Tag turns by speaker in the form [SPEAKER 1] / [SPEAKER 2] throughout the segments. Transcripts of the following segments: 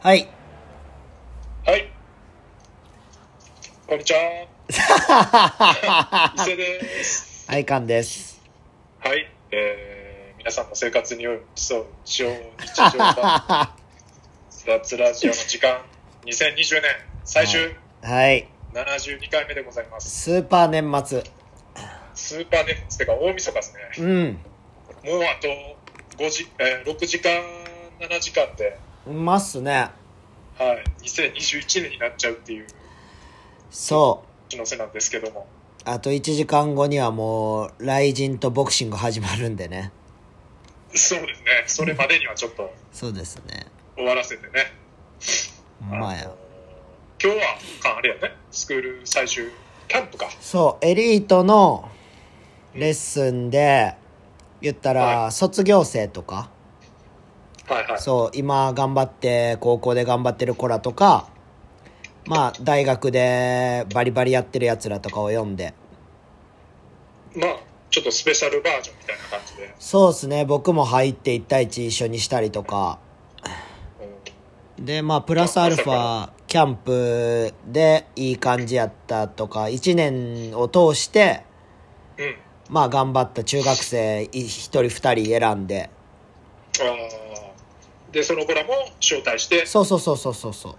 [SPEAKER 1] はい。
[SPEAKER 2] はい。こんにちは。伊勢です。
[SPEAKER 1] はい、カンです。
[SPEAKER 2] はい。えー、皆さんの生活に寄り添う日常日常が雑ラジオの時間、2020年最終
[SPEAKER 1] はい。
[SPEAKER 2] 72回目でございます。
[SPEAKER 1] スーパー年末。
[SPEAKER 2] スーパーネッツてか大晦日です
[SPEAKER 1] う
[SPEAKER 2] ね。
[SPEAKER 1] ん。
[SPEAKER 2] もうあと5時、えー、6時間、7時間で、
[SPEAKER 1] ますね。
[SPEAKER 2] はい、2021年になっちゃうっていう
[SPEAKER 1] そ
[SPEAKER 2] 気のせなんですけども。
[SPEAKER 1] う。あと1時間後にはもう、雷神とボクシング始まるんでね。
[SPEAKER 2] そうですね。それまでにはちょっと
[SPEAKER 1] そうですね。
[SPEAKER 2] 終わらせてね。
[SPEAKER 1] まあや。
[SPEAKER 2] 今日はああれやねスクール最終キャンプか
[SPEAKER 1] そう、エリートのレッスンで、言った
[SPEAKER 2] は
[SPEAKER 1] ら、卒業生とか、
[SPEAKER 2] はいはい
[SPEAKER 1] そう、今頑張って、高校で頑張ってる子らとか、まあ、大学でバリバリやってる奴らとかを読んで、
[SPEAKER 2] まあちょっとスペシャルバージョンみたいな感じで、
[SPEAKER 1] そうですね僕も入って1対1一緒にしたりとかでまあプラスアルファキャンプでいい感じやったとか1年を通して
[SPEAKER 2] うん、うん、
[SPEAKER 1] まあ頑張った中学生い1人2人選んで
[SPEAKER 2] あーでその子らも招待して
[SPEAKER 1] そうそうそうそうそうそう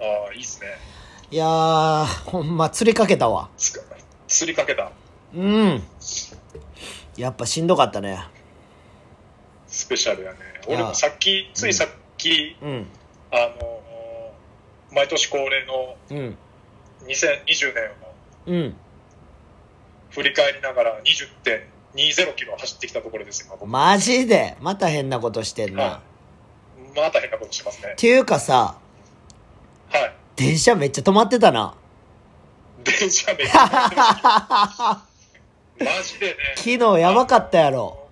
[SPEAKER 2] ああいいっすね
[SPEAKER 1] いやーほんま釣りかけたわ
[SPEAKER 2] つか釣りかけた
[SPEAKER 1] うんやっぱしんどかったね
[SPEAKER 2] スペシャルやね
[SPEAKER 1] いや
[SPEAKER 2] 俺もさっきついさっき、
[SPEAKER 1] うん
[SPEAKER 2] あのー毎年恒例の
[SPEAKER 1] うん
[SPEAKER 2] 2020年を
[SPEAKER 1] うん
[SPEAKER 2] 振り返りながら20.20キロ走ってきたところです今僕
[SPEAKER 1] マジでまた変なことしてんな
[SPEAKER 2] は
[SPEAKER 1] っ
[SPEAKER 2] いまた変なことしてますね
[SPEAKER 1] ていうかさ
[SPEAKER 2] はい
[SPEAKER 1] 電車めっちゃ止まってたな
[SPEAKER 2] 電車めっちゃマジでね
[SPEAKER 1] 昨日やばかったやろ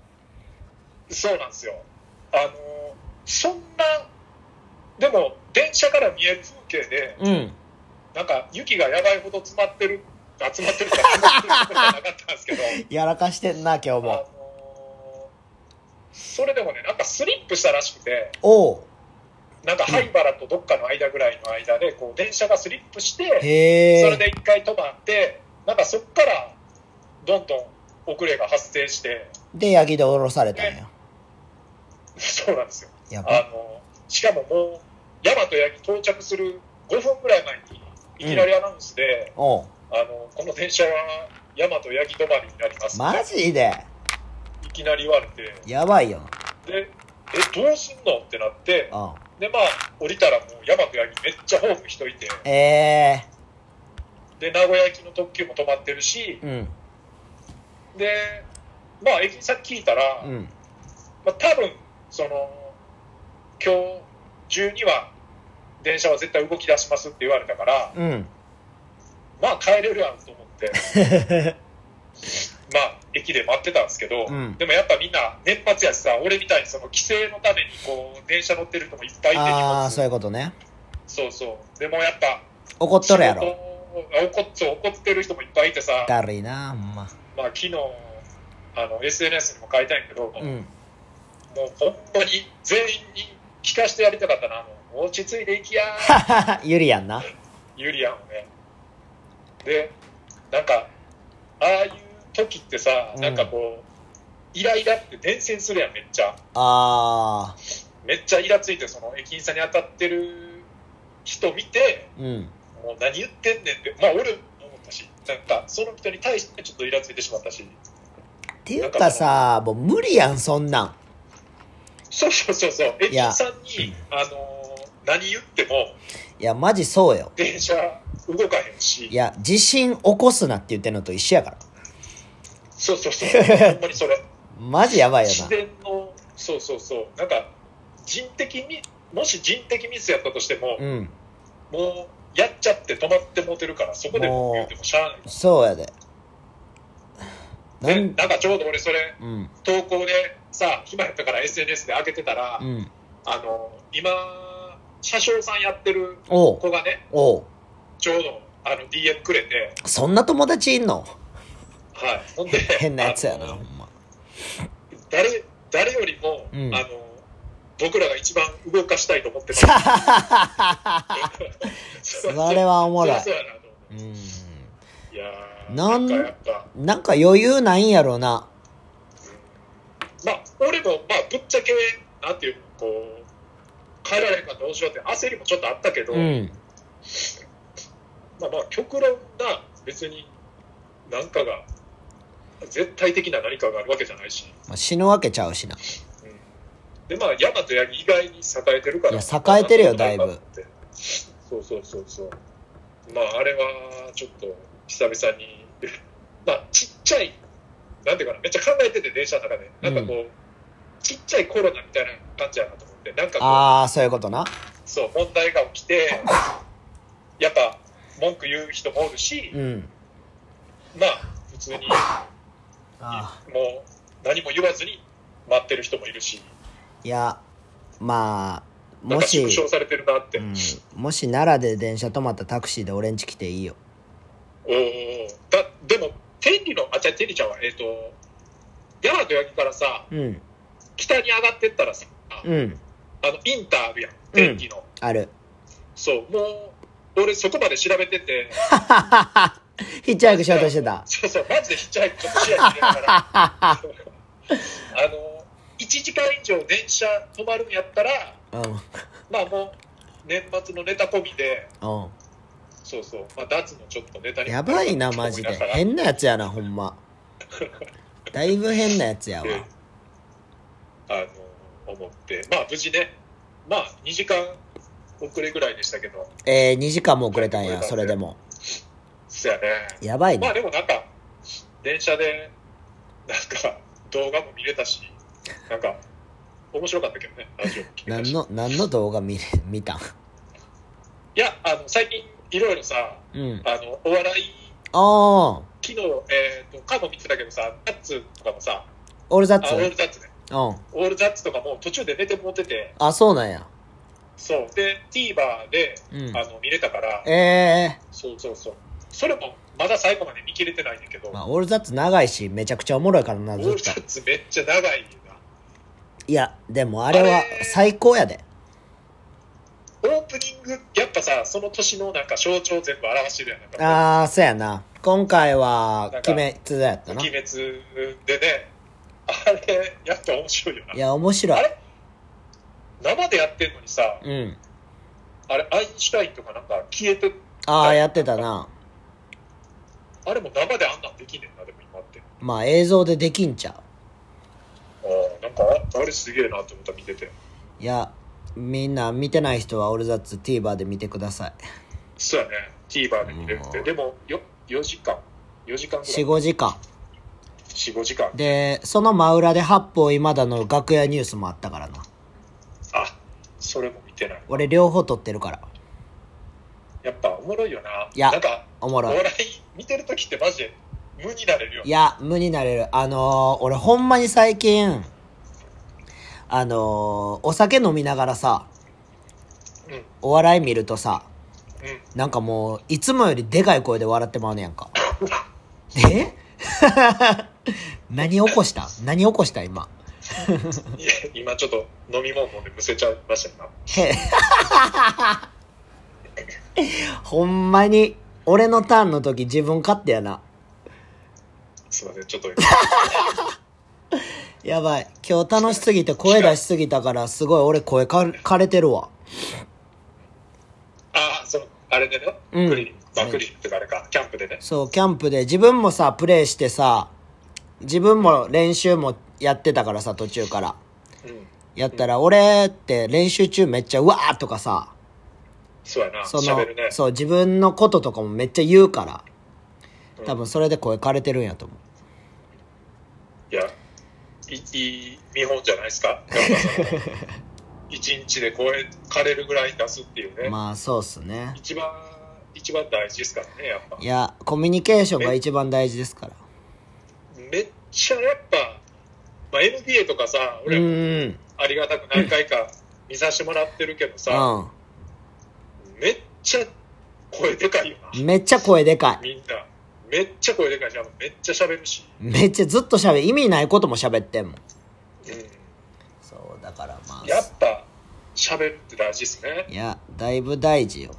[SPEAKER 2] そうなんですよあのそんなでも電車から見える風景で
[SPEAKER 1] うん
[SPEAKER 2] なんか雪がやばいほど詰まってる集まってるとか詰まってることはなかったんですけど
[SPEAKER 1] やらかしてんな今日
[SPEAKER 2] あの
[SPEAKER 1] も
[SPEAKER 2] それでもねなんかスリップしたらしくて
[SPEAKER 1] おう
[SPEAKER 2] なんか灰原とどっかの間ぐらいの間でこう電車がスリップして
[SPEAKER 1] へえ
[SPEAKER 2] それで一回止まって、なんかそこからどんどん遅れが発生して、
[SPEAKER 1] でヤギで降ろされたんや
[SPEAKER 2] そうなんですよ。
[SPEAKER 1] やば
[SPEAKER 2] あのしかももう、大和八木到着する5分ぐらい前に、いきなりアナウンスで、
[SPEAKER 1] おう
[SPEAKER 2] あのこの電車は大和八木止まりになります
[SPEAKER 1] マ
[SPEAKER 2] って
[SPEAKER 1] ジで
[SPEAKER 2] いきなり言われて、
[SPEAKER 1] やばいよ
[SPEAKER 2] でえ、どうすんのってなって、
[SPEAKER 1] うん
[SPEAKER 2] で、まあ、降りたらもう大和八木めっちゃホーム人いて、
[SPEAKER 1] ええ
[SPEAKER 2] で、名古屋行きの特急も止まってるし、
[SPEAKER 1] うん
[SPEAKER 2] で、まあ、駅員さん聞いたら、
[SPEAKER 1] うん
[SPEAKER 2] まあ、多分その今日中には電車は絶対動き出しますって言われたから
[SPEAKER 1] うん
[SPEAKER 2] まあ帰れるやんと思って まあ駅で待ってたんですけど、
[SPEAKER 1] うん
[SPEAKER 2] でもやっぱみんな年末やしさ俺みたいにその帰省のためにこう電車乗ってる人もいっぱいいて
[SPEAKER 1] ああそうい
[SPEAKER 2] そう
[SPEAKER 1] ことね
[SPEAKER 2] そうそうでもやっぱ
[SPEAKER 1] 怒っとるやろ
[SPEAKER 2] 仕事を怒っそう怒ってる人もいっぱいいてさ、
[SPEAKER 1] だるいなほんま
[SPEAKER 2] まあ、昨日あの SNS にも書いたんやけど、
[SPEAKER 1] うん
[SPEAKER 2] もう本当に全員に聞かせてやりたかったな、あの落ち着いていきやー、
[SPEAKER 1] はははゆりやんな
[SPEAKER 2] ユリアンをね。で、なんか、ああいう時ってさ、
[SPEAKER 1] うん
[SPEAKER 2] なんかこう、イライラって伝染するやん、めっちゃ。
[SPEAKER 1] ああ
[SPEAKER 2] めっちゃイラついて、その駅員さんに当たってる人見て、
[SPEAKER 1] うん
[SPEAKER 2] もう何言ってんねんって、まあ俺も思ったし、なんかその人に対してちょっとイラついてしまったし、
[SPEAKER 1] っていうかさもう無理やんそんなん
[SPEAKER 2] そうそうそうそう、駅
[SPEAKER 1] いや
[SPEAKER 2] 員さんに、あのー何言っても、
[SPEAKER 1] いやマジそうよ
[SPEAKER 2] 電車動かへんし
[SPEAKER 1] い。や地震起こすなって言ってんのと一緒やから
[SPEAKER 2] そうそうそう。ほんまにそれ。
[SPEAKER 1] マ ジやばいよ
[SPEAKER 2] 自然の、そうそうそう。なんか、人的ミもし人的ミスやったとしても
[SPEAKER 1] な、うん
[SPEAKER 2] もう、やっちゃって止まってもうてるから、そこで
[SPEAKER 1] もう
[SPEAKER 2] 言うてもしゃあない。
[SPEAKER 1] そうやで。な
[SPEAKER 2] で、
[SPEAKER 1] ん、
[SPEAKER 2] なんかちょうど俺それ、
[SPEAKER 1] うん、
[SPEAKER 2] 投稿でさ、暇やったから SNS で上げてたら、
[SPEAKER 1] うん。
[SPEAKER 2] あの、今、車掌さんやってる
[SPEAKER 1] おう、
[SPEAKER 2] 子がね、
[SPEAKER 1] おう。
[SPEAKER 2] ちょうど、あの、DM くれて、
[SPEAKER 1] そんな友達いんの
[SPEAKER 2] はい。ほ んで、
[SPEAKER 1] 変なやつやな、
[SPEAKER 2] あ
[SPEAKER 1] ほ
[SPEAKER 2] の
[SPEAKER 1] んま。
[SPEAKER 2] 誰誰よりも、
[SPEAKER 1] うん
[SPEAKER 2] あの僕らが一番動かしたいと思ってます
[SPEAKER 1] それはおもろい
[SPEAKER 2] そりゃそうやなと思
[SPEAKER 1] う
[SPEAKER 2] って
[SPEAKER 1] ん
[SPEAKER 2] いやー
[SPEAKER 1] な
[SPEAKER 2] なんんかやっぱ
[SPEAKER 1] なんか余裕ないんやろな
[SPEAKER 2] まあ俺もまあぶっちゃけなんていうのこう帰られへんかったらどうしようって焦りもちょっとあったけど、
[SPEAKER 1] うん
[SPEAKER 2] まあまあ極論な別に何かが絶対的な何かがあるわけじゃないし、
[SPEAKER 1] まあ死ぬわけちゃうしな
[SPEAKER 2] でまあ山と八木以外に栄えてるから
[SPEAKER 1] いや栄えてるよだいぶ
[SPEAKER 2] そうそうそうそうまああれはちょっと久々に まあちっちゃいなんていうかなめっちゃ考えてて電車の中でなんかこう、ちっちゃいコロナみたいな感じやなと思ってなんかこう
[SPEAKER 1] ああそういうことな
[SPEAKER 2] そう問題が起 きてやっぱ文句言う人もおるし、
[SPEAKER 1] うん
[SPEAKER 2] まあ普通に
[SPEAKER 1] あ
[SPEAKER 2] もう何も言わずに待ってる人もいるし、
[SPEAKER 1] ーいやまあ
[SPEAKER 2] なん
[SPEAKER 1] も
[SPEAKER 2] か
[SPEAKER 1] し
[SPEAKER 2] 縮小されてるなって、
[SPEAKER 1] うん、もし奈良で電車止まったタクシーで俺んち来ていいよ
[SPEAKER 2] おーおーだでも天理のあじゃあ天理ちゃんはえっ、ー、と山和八木からさ
[SPEAKER 1] うん
[SPEAKER 2] 北に上がってったらさ、
[SPEAKER 1] うん
[SPEAKER 2] あのインターあるやん天理の、
[SPEAKER 1] ある
[SPEAKER 2] そうもう俺そこまで調べてて
[SPEAKER 1] ヒッチハイクしようとしてた
[SPEAKER 2] そうそうマジでヒッチハイクちょっと試合してな がらあの1時間以上電車止まるんやったら
[SPEAKER 1] うんうん
[SPEAKER 2] まあもう年末のネタ込みでそうそう、まあ、脱のちょっとネタに
[SPEAKER 1] やばいなマジで
[SPEAKER 2] だから
[SPEAKER 1] 変なやつやなほんまだいぶ変なやつやわ
[SPEAKER 2] ってあの思ってまあ無事ねまあ2時間遅れぐらいでしたけど
[SPEAKER 1] えー、2時間も遅れたんやそれでも
[SPEAKER 2] そやね
[SPEAKER 1] やばい
[SPEAKER 2] まあ
[SPEAKER 1] ね
[SPEAKER 2] でもなんか電車でなんか動画も見れたしなんか面白かったけどねラジオも聞けた
[SPEAKER 1] 何
[SPEAKER 2] し
[SPEAKER 1] の何の動画見れ見たん
[SPEAKER 2] いやあの最近いろいろさ
[SPEAKER 1] うん
[SPEAKER 2] あのお笑い
[SPEAKER 1] ああ
[SPEAKER 2] 昨日、えー、とカも見てたけどさナッツとかもさ
[SPEAKER 1] オールザッ
[SPEAKER 2] あオー
[SPEAKER 1] ツ
[SPEAKER 2] ルザッツね
[SPEAKER 1] うん
[SPEAKER 2] オールザッツとかも途中で寝てもうてて
[SPEAKER 1] あそうなんや
[SPEAKER 2] そうで TVer で、
[SPEAKER 1] うん
[SPEAKER 2] あの見れたから
[SPEAKER 1] ええ
[SPEAKER 2] そうそうそう。それもまだ最後まで見切れてないんだけど、
[SPEAKER 1] まあ、オールザッツ長いしめちゃくちゃおもろいからな
[SPEAKER 2] オ
[SPEAKER 1] ず
[SPEAKER 2] ー
[SPEAKER 1] っ
[SPEAKER 2] ル
[SPEAKER 1] と
[SPEAKER 2] ザッツめっちゃ長いな。
[SPEAKER 1] いやでもあれは
[SPEAKER 2] あれ
[SPEAKER 1] 最高やで
[SPEAKER 2] オープニング、やっぱさ、その年のなんか象徴全部表してるやん。なんか
[SPEAKER 1] ああそうやな今回は
[SPEAKER 2] なんか
[SPEAKER 1] 鬼滅だやったな
[SPEAKER 2] 鬼
[SPEAKER 1] い
[SPEAKER 2] 滅でね、あれ、やっぱ面白いよな。
[SPEAKER 1] や面白
[SPEAKER 2] あ
[SPEAKER 1] い
[SPEAKER 2] れ生でやってんのにさ、
[SPEAKER 1] うん
[SPEAKER 2] あれ、アインシュタインとかなんか消えて、
[SPEAKER 1] ああやってたな
[SPEAKER 2] あれも生であんなんできねえな、でも今って。
[SPEAKER 1] まあ映像でできんちゃ
[SPEAKER 2] あーなんか、ああれすげえなって思った、見てて。
[SPEAKER 1] ういやみんな見てない人はオールザッツ TVer で見てください
[SPEAKER 2] そうやね、TVer で見れるっ
[SPEAKER 1] う
[SPEAKER 2] て。
[SPEAKER 1] ん
[SPEAKER 2] でも、よ、4時間、4時間ぐらい。
[SPEAKER 1] 45時間
[SPEAKER 2] 4、5時間。
[SPEAKER 1] でその真裏で八方今田の楽屋ニュースもあったからな
[SPEAKER 2] あそれも見てない
[SPEAKER 1] 俺両方撮ってるから
[SPEAKER 2] やっぱおもろいよない
[SPEAKER 1] や
[SPEAKER 2] なんか
[SPEAKER 1] おも
[SPEAKER 2] お
[SPEAKER 1] ろい
[SPEAKER 2] 笑い見てる時ってマジで無になれるよ
[SPEAKER 1] いや、無になれる。あのー俺ほんまに最近、あのーお酒飲みながらさ、
[SPEAKER 2] うんうん
[SPEAKER 1] お笑い見るとさ、なんかもう、いつもよりでかい声で笑ってまうねやんか。え 何起こした何起こした今。
[SPEAKER 2] いや今ちょっと飲み物飲んでむせちゃいましたよ
[SPEAKER 1] へ ほんまに、俺のターンの時自分勝手やな。
[SPEAKER 2] なすいませんちょっと
[SPEAKER 1] やばい。今日楽しすぎて声出しすぎたから、すごい俺声か枯れてるわ。
[SPEAKER 2] ああそのあれでね、
[SPEAKER 1] うん
[SPEAKER 2] クリリンまあクリリンってかあれかキャンプでね
[SPEAKER 1] そう、キャンプで自分もさ、プレイしてさ、自分も練習もやってたからさ、途中から。
[SPEAKER 2] うん
[SPEAKER 1] やったら、俺って練習中めっちゃ、うわーとかさ、
[SPEAKER 2] そうやな
[SPEAKER 1] その
[SPEAKER 2] 喋るね、
[SPEAKER 1] そう、自分のこととかもめっちゃ言うから、
[SPEAKER 2] うん
[SPEAKER 1] 多分それで声枯れてるんやと思う。
[SPEAKER 2] いやいいい見本じゃないですか やっぱその一日で声枯れるぐらい出すっていうね、
[SPEAKER 1] まあ、そうっすね。
[SPEAKER 2] 一番一番大事ですからねやっぱ
[SPEAKER 1] いや、コミュニケーションが一番大事ですから。
[SPEAKER 2] めっちゃやっぱ、まあ、NBA とかさ
[SPEAKER 1] う
[SPEAKER 2] 俺も
[SPEAKER 1] ん。うん。
[SPEAKER 2] ありがたく何回か見させてもらってるけどさ、めっちゃ声でかいよな
[SPEAKER 1] めっちゃ声でかい。
[SPEAKER 2] みんなめっちゃ声でかいしめっちゃ喋るし、
[SPEAKER 1] めっちゃずっと喋る。意味ないことも喋ってんもん。
[SPEAKER 2] うん、
[SPEAKER 1] そうだからまあ
[SPEAKER 2] やっぱ喋るって大事ですね
[SPEAKER 1] いやだいぶ大事よ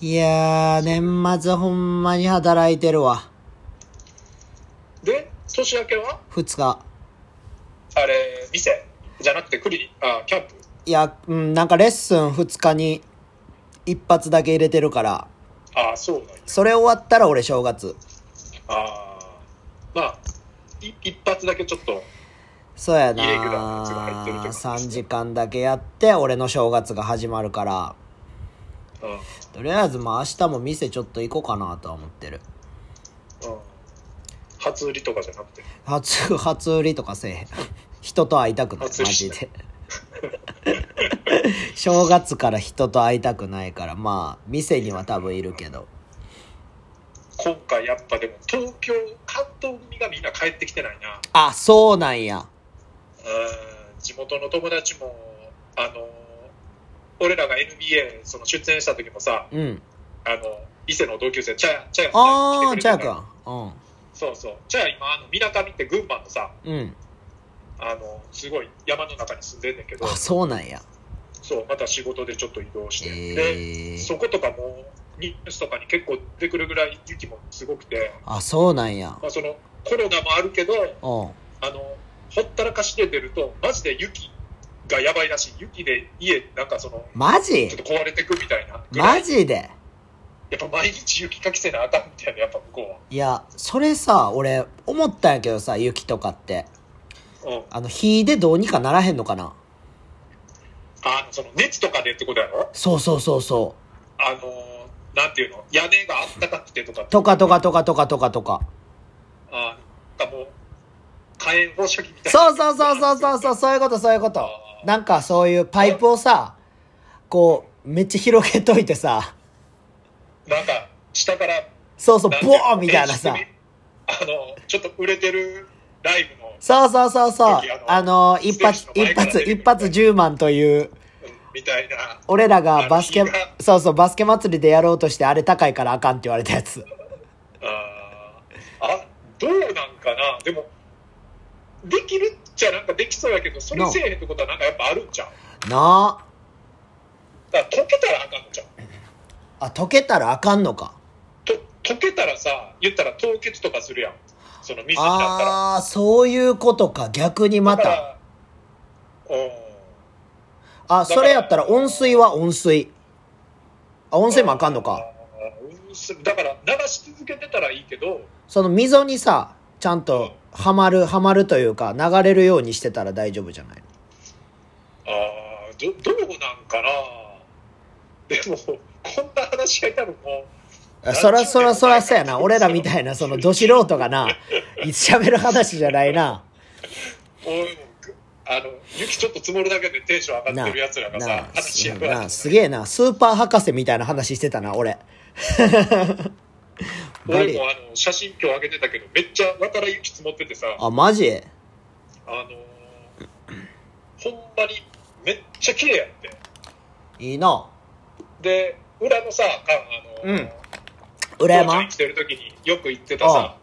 [SPEAKER 1] いやー年末ほんまに働いてるわ
[SPEAKER 2] で年明けは
[SPEAKER 1] 2日
[SPEAKER 2] あれ店じゃなくてクリニあキャンプ
[SPEAKER 1] いや、うん、なんかレッスン2日に一発だけ入れてるから
[SPEAKER 2] ああそうなんや
[SPEAKER 1] それ終わったら俺正月
[SPEAKER 2] ああまあい一発だけちょっと
[SPEAKER 1] そうやな
[SPEAKER 2] イレギュラーなやつが入ってるってことですね
[SPEAKER 1] 3時間だけやって俺の正月が始まるから
[SPEAKER 2] うんうん
[SPEAKER 1] とりあえずまあ明日も店ちょっと行こうかなとは思ってる
[SPEAKER 2] 初売りとかじゃなくて
[SPEAKER 1] 初 初売りとかせえへん 人と会いたくない
[SPEAKER 2] 初
[SPEAKER 1] マ
[SPEAKER 2] 売りし
[SPEAKER 1] ジ
[SPEAKER 2] ない
[SPEAKER 1] で 正月から人と会いたくないからまあ店には多分いるけど
[SPEAKER 2] 今回やっぱでも東京関東組がみんな帰ってきてないな
[SPEAKER 1] あそうなんや
[SPEAKER 2] うん地元の友達もあの俺らが NBA その出演した時もさ
[SPEAKER 1] うん
[SPEAKER 2] あの伊勢の同級生チャヤチャヤ
[SPEAKER 1] あ
[SPEAKER 2] 来てく
[SPEAKER 1] あ
[SPEAKER 2] れ
[SPEAKER 1] ち
[SPEAKER 2] て
[SPEAKER 1] ゃう
[SPEAKER 2] た
[SPEAKER 1] くんうん
[SPEAKER 2] そうそうチャヤ今あのみなかみって群馬のさ
[SPEAKER 1] うん
[SPEAKER 2] あのすごい山の中に住んでんねんけど
[SPEAKER 1] あそうなんや
[SPEAKER 2] そうまた仕事でちょっと移動して、
[SPEAKER 1] ええ
[SPEAKER 2] でそことかもニュースとかに結構出てくるぐらい雪もすごくて、
[SPEAKER 1] あそうなんや
[SPEAKER 2] まあ、そのコロナもあるけど
[SPEAKER 1] うん
[SPEAKER 2] あのほったらかしで出るとマジで雪がやばいらしい雪で家なんかその
[SPEAKER 1] マ
[SPEAKER 2] ちょっ
[SPEAKER 1] ジ
[SPEAKER 2] と壊れてくみたいなぐらい
[SPEAKER 1] マジで
[SPEAKER 2] やっぱ毎日雪かきせなあかんみたいなやっぱ向こ
[SPEAKER 1] いやそれさ俺思ったんやけどさ雪とかって
[SPEAKER 2] うは、うん、
[SPEAKER 1] あの火でどうにかならへんのかな
[SPEAKER 2] あのその熱とかでってことやろ
[SPEAKER 1] そうそうそうそ
[SPEAKER 2] あのなんていうの屋根があったかくてとか
[SPEAKER 1] うとかとかとかとかとかとか
[SPEAKER 2] あなんかもう火炎放射器みたいな
[SPEAKER 1] そうそうそうそうそうそうそういうことそういうこと
[SPEAKER 2] あー
[SPEAKER 1] なんかそういうパイプをさこうめっちゃ広げといてさ
[SPEAKER 2] なんか下から
[SPEAKER 1] そうそう
[SPEAKER 2] なんて
[SPEAKER 1] ボ
[SPEAKER 2] いうの
[SPEAKER 1] ーンみたいなさ
[SPEAKER 2] 演出にあのちょっと売れてるライブの、
[SPEAKER 1] そうそうそうそう
[SPEAKER 2] 時
[SPEAKER 1] あ
[SPEAKER 2] あの
[SPEAKER 1] の一発
[SPEAKER 2] ステ
[SPEAKER 1] 一
[SPEAKER 2] ージの前から
[SPEAKER 1] 発
[SPEAKER 2] 出てくる
[SPEAKER 1] 一発10万という
[SPEAKER 2] うんみたいな
[SPEAKER 1] 俺らがバスケ
[SPEAKER 2] あの火が
[SPEAKER 1] そうそうバスケ祭りでやろうとしてあれ高いからあかんって言われたやつ
[SPEAKER 2] あーあどうなんかなでもできるっちゃなんかできそうやけどそれせえへんってことはなんかやっぱあるんちゃう
[SPEAKER 1] な
[SPEAKER 2] だから溶けたらあかんのちゃう
[SPEAKER 1] ああ溶けたらあかんのか
[SPEAKER 2] と溶けたらさ言ったら凍結とかするやんその水になったら
[SPEAKER 1] ああーそういうことか逆にま
[SPEAKER 2] だか
[SPEAKER 1] た
[SPEAKER 2] らうん
[SPEAKER 1] あそれやったら温水は温水あ温水もあかんのか
[SPEAKER 2] あーうんすだから流し続けてたらいいけど
[SPEAKER 1] その溝にさちゃんとはまるはまるというか流れるようにしてたら大丈夫じゃない
[SPEAKER 2] ああどどうなんかなでもこんな話し合い多分も
[SPEAKER 1] あそらそらそらそやな俺らみたいなそのど素人がないつ喋る話じゃないな
[SPEAKER 2] うもうあの雪ちょっと積もるだけでテンション上がっ
[SPEAKER 1] な
[SPEAKER 2] てるやつらがさ
[SPEAKER 1] な
[SPEAKER 2] 話し合う
[SPEAKER 1] なすげえなスーパー博士みたいな話してたな俺バ
[SPEAKER 2] 俺
[SPEAKER 1] リ
[SPEAKER 2] もあの写真今日上げてたけどめっちゃわから雪積もっててさあ
[SPEAKER 1] あマジ
[SPEAKER 2] のーほんまにめっちゃ綺麗やって
[SPEAKER 1] いいな
[SPEAKER 2] で裏のさかあのー、
[SPEAKER 1] うん裏
[SPEAKER 2] 父ちゃ
[SPEAKER 1] 山
[SPEAKER 2] ん生きてる時によく行ってたさ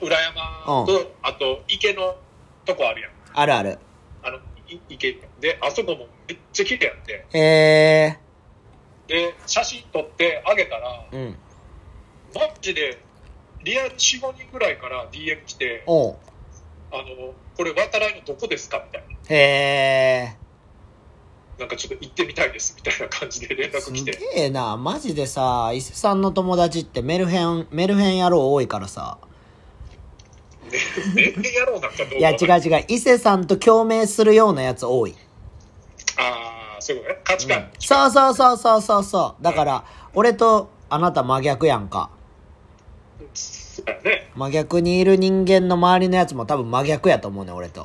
[SPEAKER 2] 裏山とあと池のとこあるやん
[SPEAKER 1] あるある
[SPEAKER 2] あのい池であそこもめっちゃ綺麗やって
[SPEAKER 1] え
[SPEAKER 2] で写真撮ってあげたら
[SPEAKER 1] ー、うん
[SPEAKER 2] マジでリアル45人ぐらいから DM 来て「
[SPEAKER 1] おう
[SPEAKER 2] あのこれ渡来のどこですか?」みたいな
[SPEAKER 1] へえ
[SPEAKER 2] 「なんかちょっと行ってみたいです」みたいな感じで連絡
[SPEAKER 1] す
[SPEAKER 2] 来
[SPEAKER 1] げ
[SPEAKER 2] て
[SPEAKER 1] えなマジでさ伊勢さんの友達ってメルヘンメルヘン野郎多いからさ
[SPEAKER 2] 「年齢やろうなんかどうか
[SPEAKER 1] いや違う違う伊勢さんと共鳴するようなやつ多い、
[SPEAKER 2] ああそういうことね価値
[SPEAKER 1] う
[SPEAKER 2] 観
[SPEAKER 1] ん、、そうそうそうそうそうそうだから俺とあなた真逆やんか
[SPEAKER 2] そうやね
[SPEAKER 1] 真逆にいる人間の周りのやつも多分真逆やと思うね俺と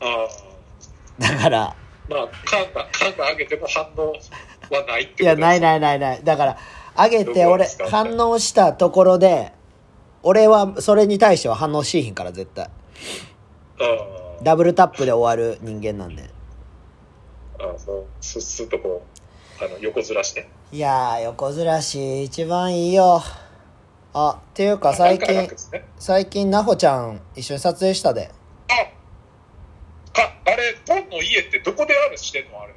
[SPEAKER 2] ああ
[SPEAKER 1] だから
[SPEAKER 2] まあ感が感が上げても反応はないってこと
[SPEAKER 1] いやないな
[SPEAKER 2] な
[SPEAKER 1] いないないだからあげ
[SPEAKER 2] ど
[SPEAKER 1] て
[SPEAKER 2] こ
[SPEAKER 1] 俺
[SPEAKER 2] ですか
[SPEAKER 1] 反応したところで俺はそれに対しては反応しいひんから絶対
[SPEAKER 2] あー
[SPEAKER 1] ダブルタップで終わる人間なんで
[SPEAKER 2] あーそうすすっとこうあの横ずらして
[SPEAKER 1] いやー横ずらし一番いいよあっていうか最
[SPEAKER 2] なんか
[SPEAKER 1] 近
[SPEAKER 2] 楽ですね
[SPEAKER 1] 最近なほちゃん一緒に撮影したで
[SPEAKER 2] あかあれ、ボンの家ってどこであるしてんのあれ。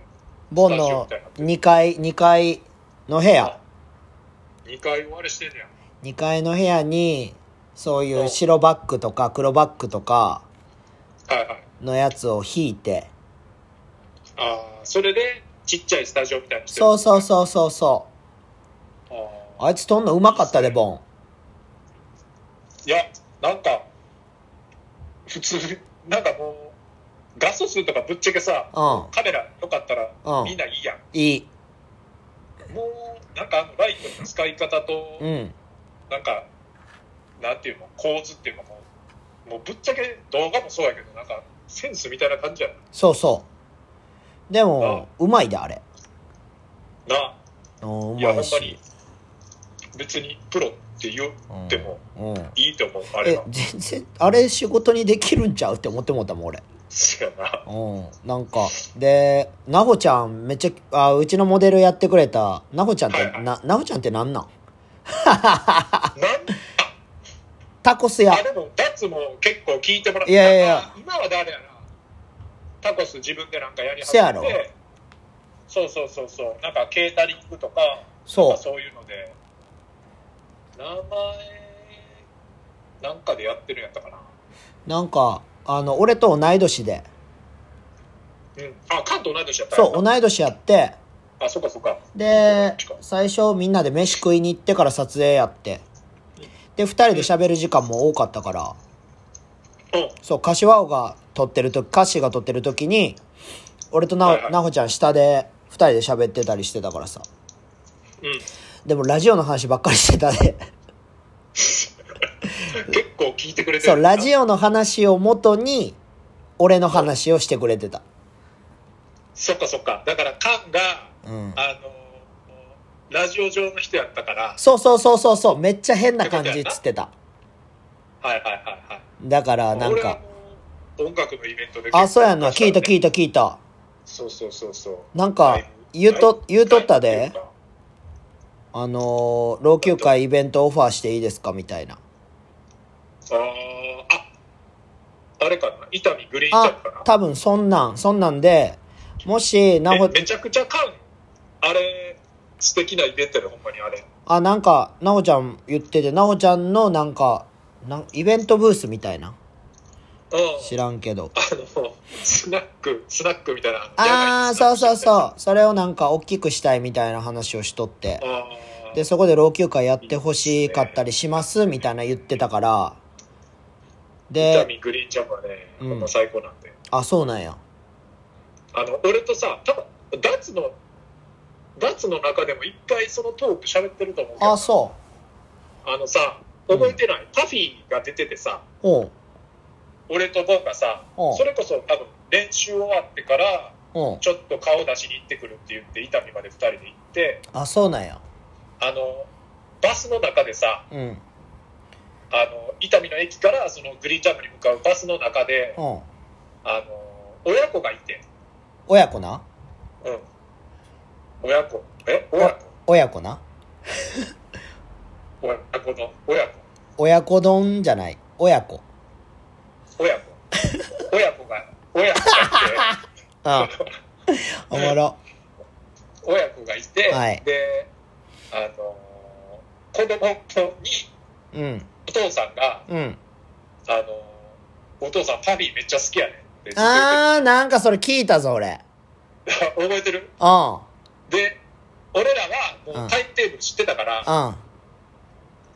[SPEAKER 1] ボンの2階、2階の部屋。
[SPEAKER 2] 2階をあれしてんねや。
[SPEAKER 1] 2階の部屋に、そういう白バッグとか黒バッグとか
[SPEAKER 2] はいはい。
[SPEAKER 1] のやつを引いて。
[SPEAKER 2] ああ、それで、ちっちゃいスタジオみたいにして
[SPEAKER 1] そう
[SPEAKER 2] う。
[SPEAKER 1] そうそうそうそ
[SPEAKER 2] あ
[SPEAKER 1] う。
[SPEAKER 2] ー
[SPEAKER 1] あいつ撮んのうまかったで、ボン。
[SPEAKER 2] いや、なんか、普通、なんかもう、画素数とかぶっちゃけさ、
[SPEAKER 1] うん。
[SPEAKER 2] カメラよかったら
[SPEAKER 1] うん
[SPEAKER 2] みんないいやん。
[SPEAKER 1] いい。
[SPEAKER 2] もう、なんかあのライトの使い方と、
[SPEAKER 1] うん。
[SPEAKER 2] なんか、なんていうの、構図っていうかもう、もうぶっちゃけ動画もそうやけど、なんか、センスみたいな感じや
[SPEAKER 1] そうそう。でも、うまいで、あれ。
[SPEAKER 2] な。な
[SPEAKER 1] うんう
[SPEAKER 2] いや、
[SPEAKER 1] ま
[SPEAKER 2] ほ
[SPEAKER 1] い
[SPEAKER 2] んまに
[SPEAKER 1] し。、
[SPEAKER 2] 別にプロって言っても
[SPEAKER 1] うん。
[SPEAKER 2] いいと思う、あれ
[SPEAKER 1] え
[SPEAKER 2] は。
[SPEAKER 1] 全然あれ仕事にできるんちゃうって思ってもうたもん俺
[SPEAKER 2] そうやな。
[SPEAKER 1] うんなんかでなほちゃんめっちゃあうちのモデルやってくれたなほちゃんって、
[SPEAKER 2] はいはい
[SPEAKER 1] ななほちゃんってなんなん
[SPEAKER 2] なん
[SPEAKER 1] タコス屋
[SPEAKER 2] あでも、ダッツも結構聞いてもらった。
[SPEAKER 1] いやいやいや
[SPEAKER 2] 今は誰やな。タコス自分でなんかやり
[SPEAKER 1] せやろ
[SPEAKER 2] て。そうそうそうそう。なんかケータリングとか、
[SPEAKER 1] そう
[SPEAKER 2] そういうので。名前、なんかでやってるんやったかな。
[SPEAKER 1] なんかあの俺と同い年で
[SPEAKER 2] うん。あ、関東同い年やった
[SPEAKER 1] そう同い年やって
[SPEAKER 2] あ、そっかそっか。
[SPEAKER 1] で最初みんなで飯食いに行ってから撮影やってで2人で喋る時間も多かったから
[SPEAKER 2] うん。
[SPEAKER 1] そう柏尾が撮ってる時歌詞が撮ってる時に俺とな,、
[SPEAKER 2] はいはい
[SPEAKER 1] なほちゃん下で2人で喋ってたりしてたからさ
[SPEAKER 2] うん。
[SPEAKER 1] でもラジオの話ばっかりしてたで
[SPEAKER 2] 結構聞いてくれて
[SPEAKER 1] そうラジ
[SPEAKER 2] オ。
[SPEAKER 1] オの話をもとに俺の話をしてくれてた
[SPEAKER 2] そっかそっか。だから、カンが、
[SPEAKER 1] うん
[SPEAKER 2] あの、ラジオ上の人やったから、
[SPEAKER 1] そうそうそうそうそうめっちゃ変な感じっつってた
[SPEAKER 2] はいはいはいはい。
[SPEAKER 1] だからなん
[SPEAKER 2] 俺
[SPEAKER 1] か
[SPEAKER 2] はもう音楽のイベントで
[SPEAKER 1] あそうやんな聞いた聞
[SPEAKER 2] い
[SPEAKER 1] いた聞いた
[SPEAKER 2] そうそうそうそう
[SPEAKER 1] なんか言うと言うとったであのー老朽化イベントオファーしていいですかみたいな
[SPEAKER 2] あーああれかな伊丹グリーンちゃんか
[SPEAKER 1] あ多分そんなんそんなんでもしな
[SPEAKER 2] な
[SPEAKER 1] ほ
[SPEAKER 2] えめちゃくちゃ感あれ素敵なイベントでほんまにあれ
[SPEAKER 1] あなんかなほちゃん言っててなほちゃんのなんかなんイベントブースみたいな
[SPEAKER 2] うん
[SPEAKER 1] 知らんけど
[SPEAKER 2] あのスナックスナックみたいな
[SPEAKER 1] ああそうそう
[SPEAKER 2] う
[SPEAKER 1] そうそれをなんか大きくしたいみたいな話をしとって
[SPEAKER 2] あー
[SPEAKER 1] でそこで老朽化やってほしかったりしますみたいな言ってたから
[SPEAKER 2] 伊丹
[SPEAKER 1] で
[SPEAKER 2] グリーンちゃんはね、
[SPEAKER 1] うん
[SPEAKER 2] ほんま最高なんで
[SPEAKER 1] あそうなんや
[SPEAKER 2] あの俺とさ多分ダツのダツの中でも一回そのトーク喋ってると思うけど
[SPEAKER 1] あそ
[SPEAKER 2] あのさ、覚えてない、パフィーが出ててさ、
[SPEAKER 1] うおう
[SPEAKER 2] 俺とボンがさ、
[SPEAKER 1] おう
[SPEAKER 2] それこそ多分練習終わってから、
[SPEAKER 1] おう
[SPEAKER 2] ちょっと顔出しに行ってくるって言って、伊丹まで2人で行って、
[SPEAKER 1] あそうなんや
[SPEAKER 2] あの、バスの中でさ、
[SPEAKER 1] うん
[SPEAKER 2] あの、伊丹の駅からそのグリーンジャムに向かうバスの中で、
[SPEAKER 1] うん
[SPEAKER 2] あの、親子がいて、
[SPEAKER 1] 親子な
[SPEAKER 2] うん。親子、え親子
[SPEAKER 1] 親子な
[SPEAKER 2] 親子の、親子、
[SPEAKER 1] 親子丼じゃない親子
[SPEAKER 2] 親子。親子が、親子がいて、
[SPEAKER 1] あおもろ
[SPEAKER 2] 親子がいて、
[SPEAKER 1] はい
[SPEAKER 2] であの子供に
[SPEAKER 1] うん
[SPEAKER 2] お父さんが、
[SPEAKER 1] うん
[SPEAKER 2] あのお父さんパフィーめっちゃ好きやねんってずっと言
[SPEAKER 1] あーなんかそれ聞いたぞ俺
[SPEAKER 2] ってて 覚えて
[SPEAKER 1] う
[SPEAKER 2] る
[SPEAKER 1] ん
[SPEAKER 2] で俺らはも
[SPEAKER 1] うん
[SPEAKER 2] うタイムテーブル知ってたから、
[SPEAKER 1] うん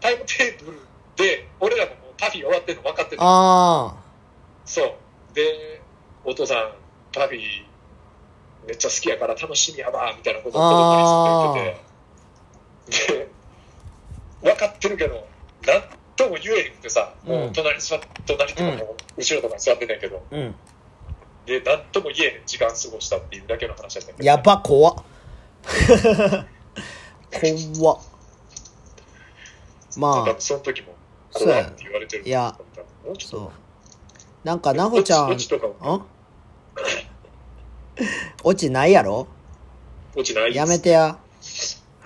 [SPEAKER 2] タイムテーブルで俺らももうパフィー終わってるの分かってる
[SPEAKER 1] あ
[SPEAKER 2] そうでお父さんパフィーめっちゃ好きやから楽しみやわみたいなことを子供にずっと言っててで分かってるけどなんとも言えへんくてさ、もう隣に座っ隣とかもう後ろとかに座ってたんやけど、
[SPEAKER 1] あうん
[SPEAKER 2] でなんとも言えへん時間過ごしたっていうだけの話だったんやけど
[SPEAKER 1] やば怖っ怖っ
[SPEAKER 2] なん
[SPEAKER 1] まあ
[SPEAKER 2] かその時も怖いって言われてる
[SPEAKER 1] そうや
[SPEAKER 2] もうちょっ
[SPEAKER 1] そうなんか
[SPEAKER 2] と
[SPEAKER 1] なほちゃん
[SPEAKER 2] 落ちとかも
[SPEAKER 1] ん落ちないやろ
[SPEAKER 2] 落ちないです
[SPEAKER 1] やめてや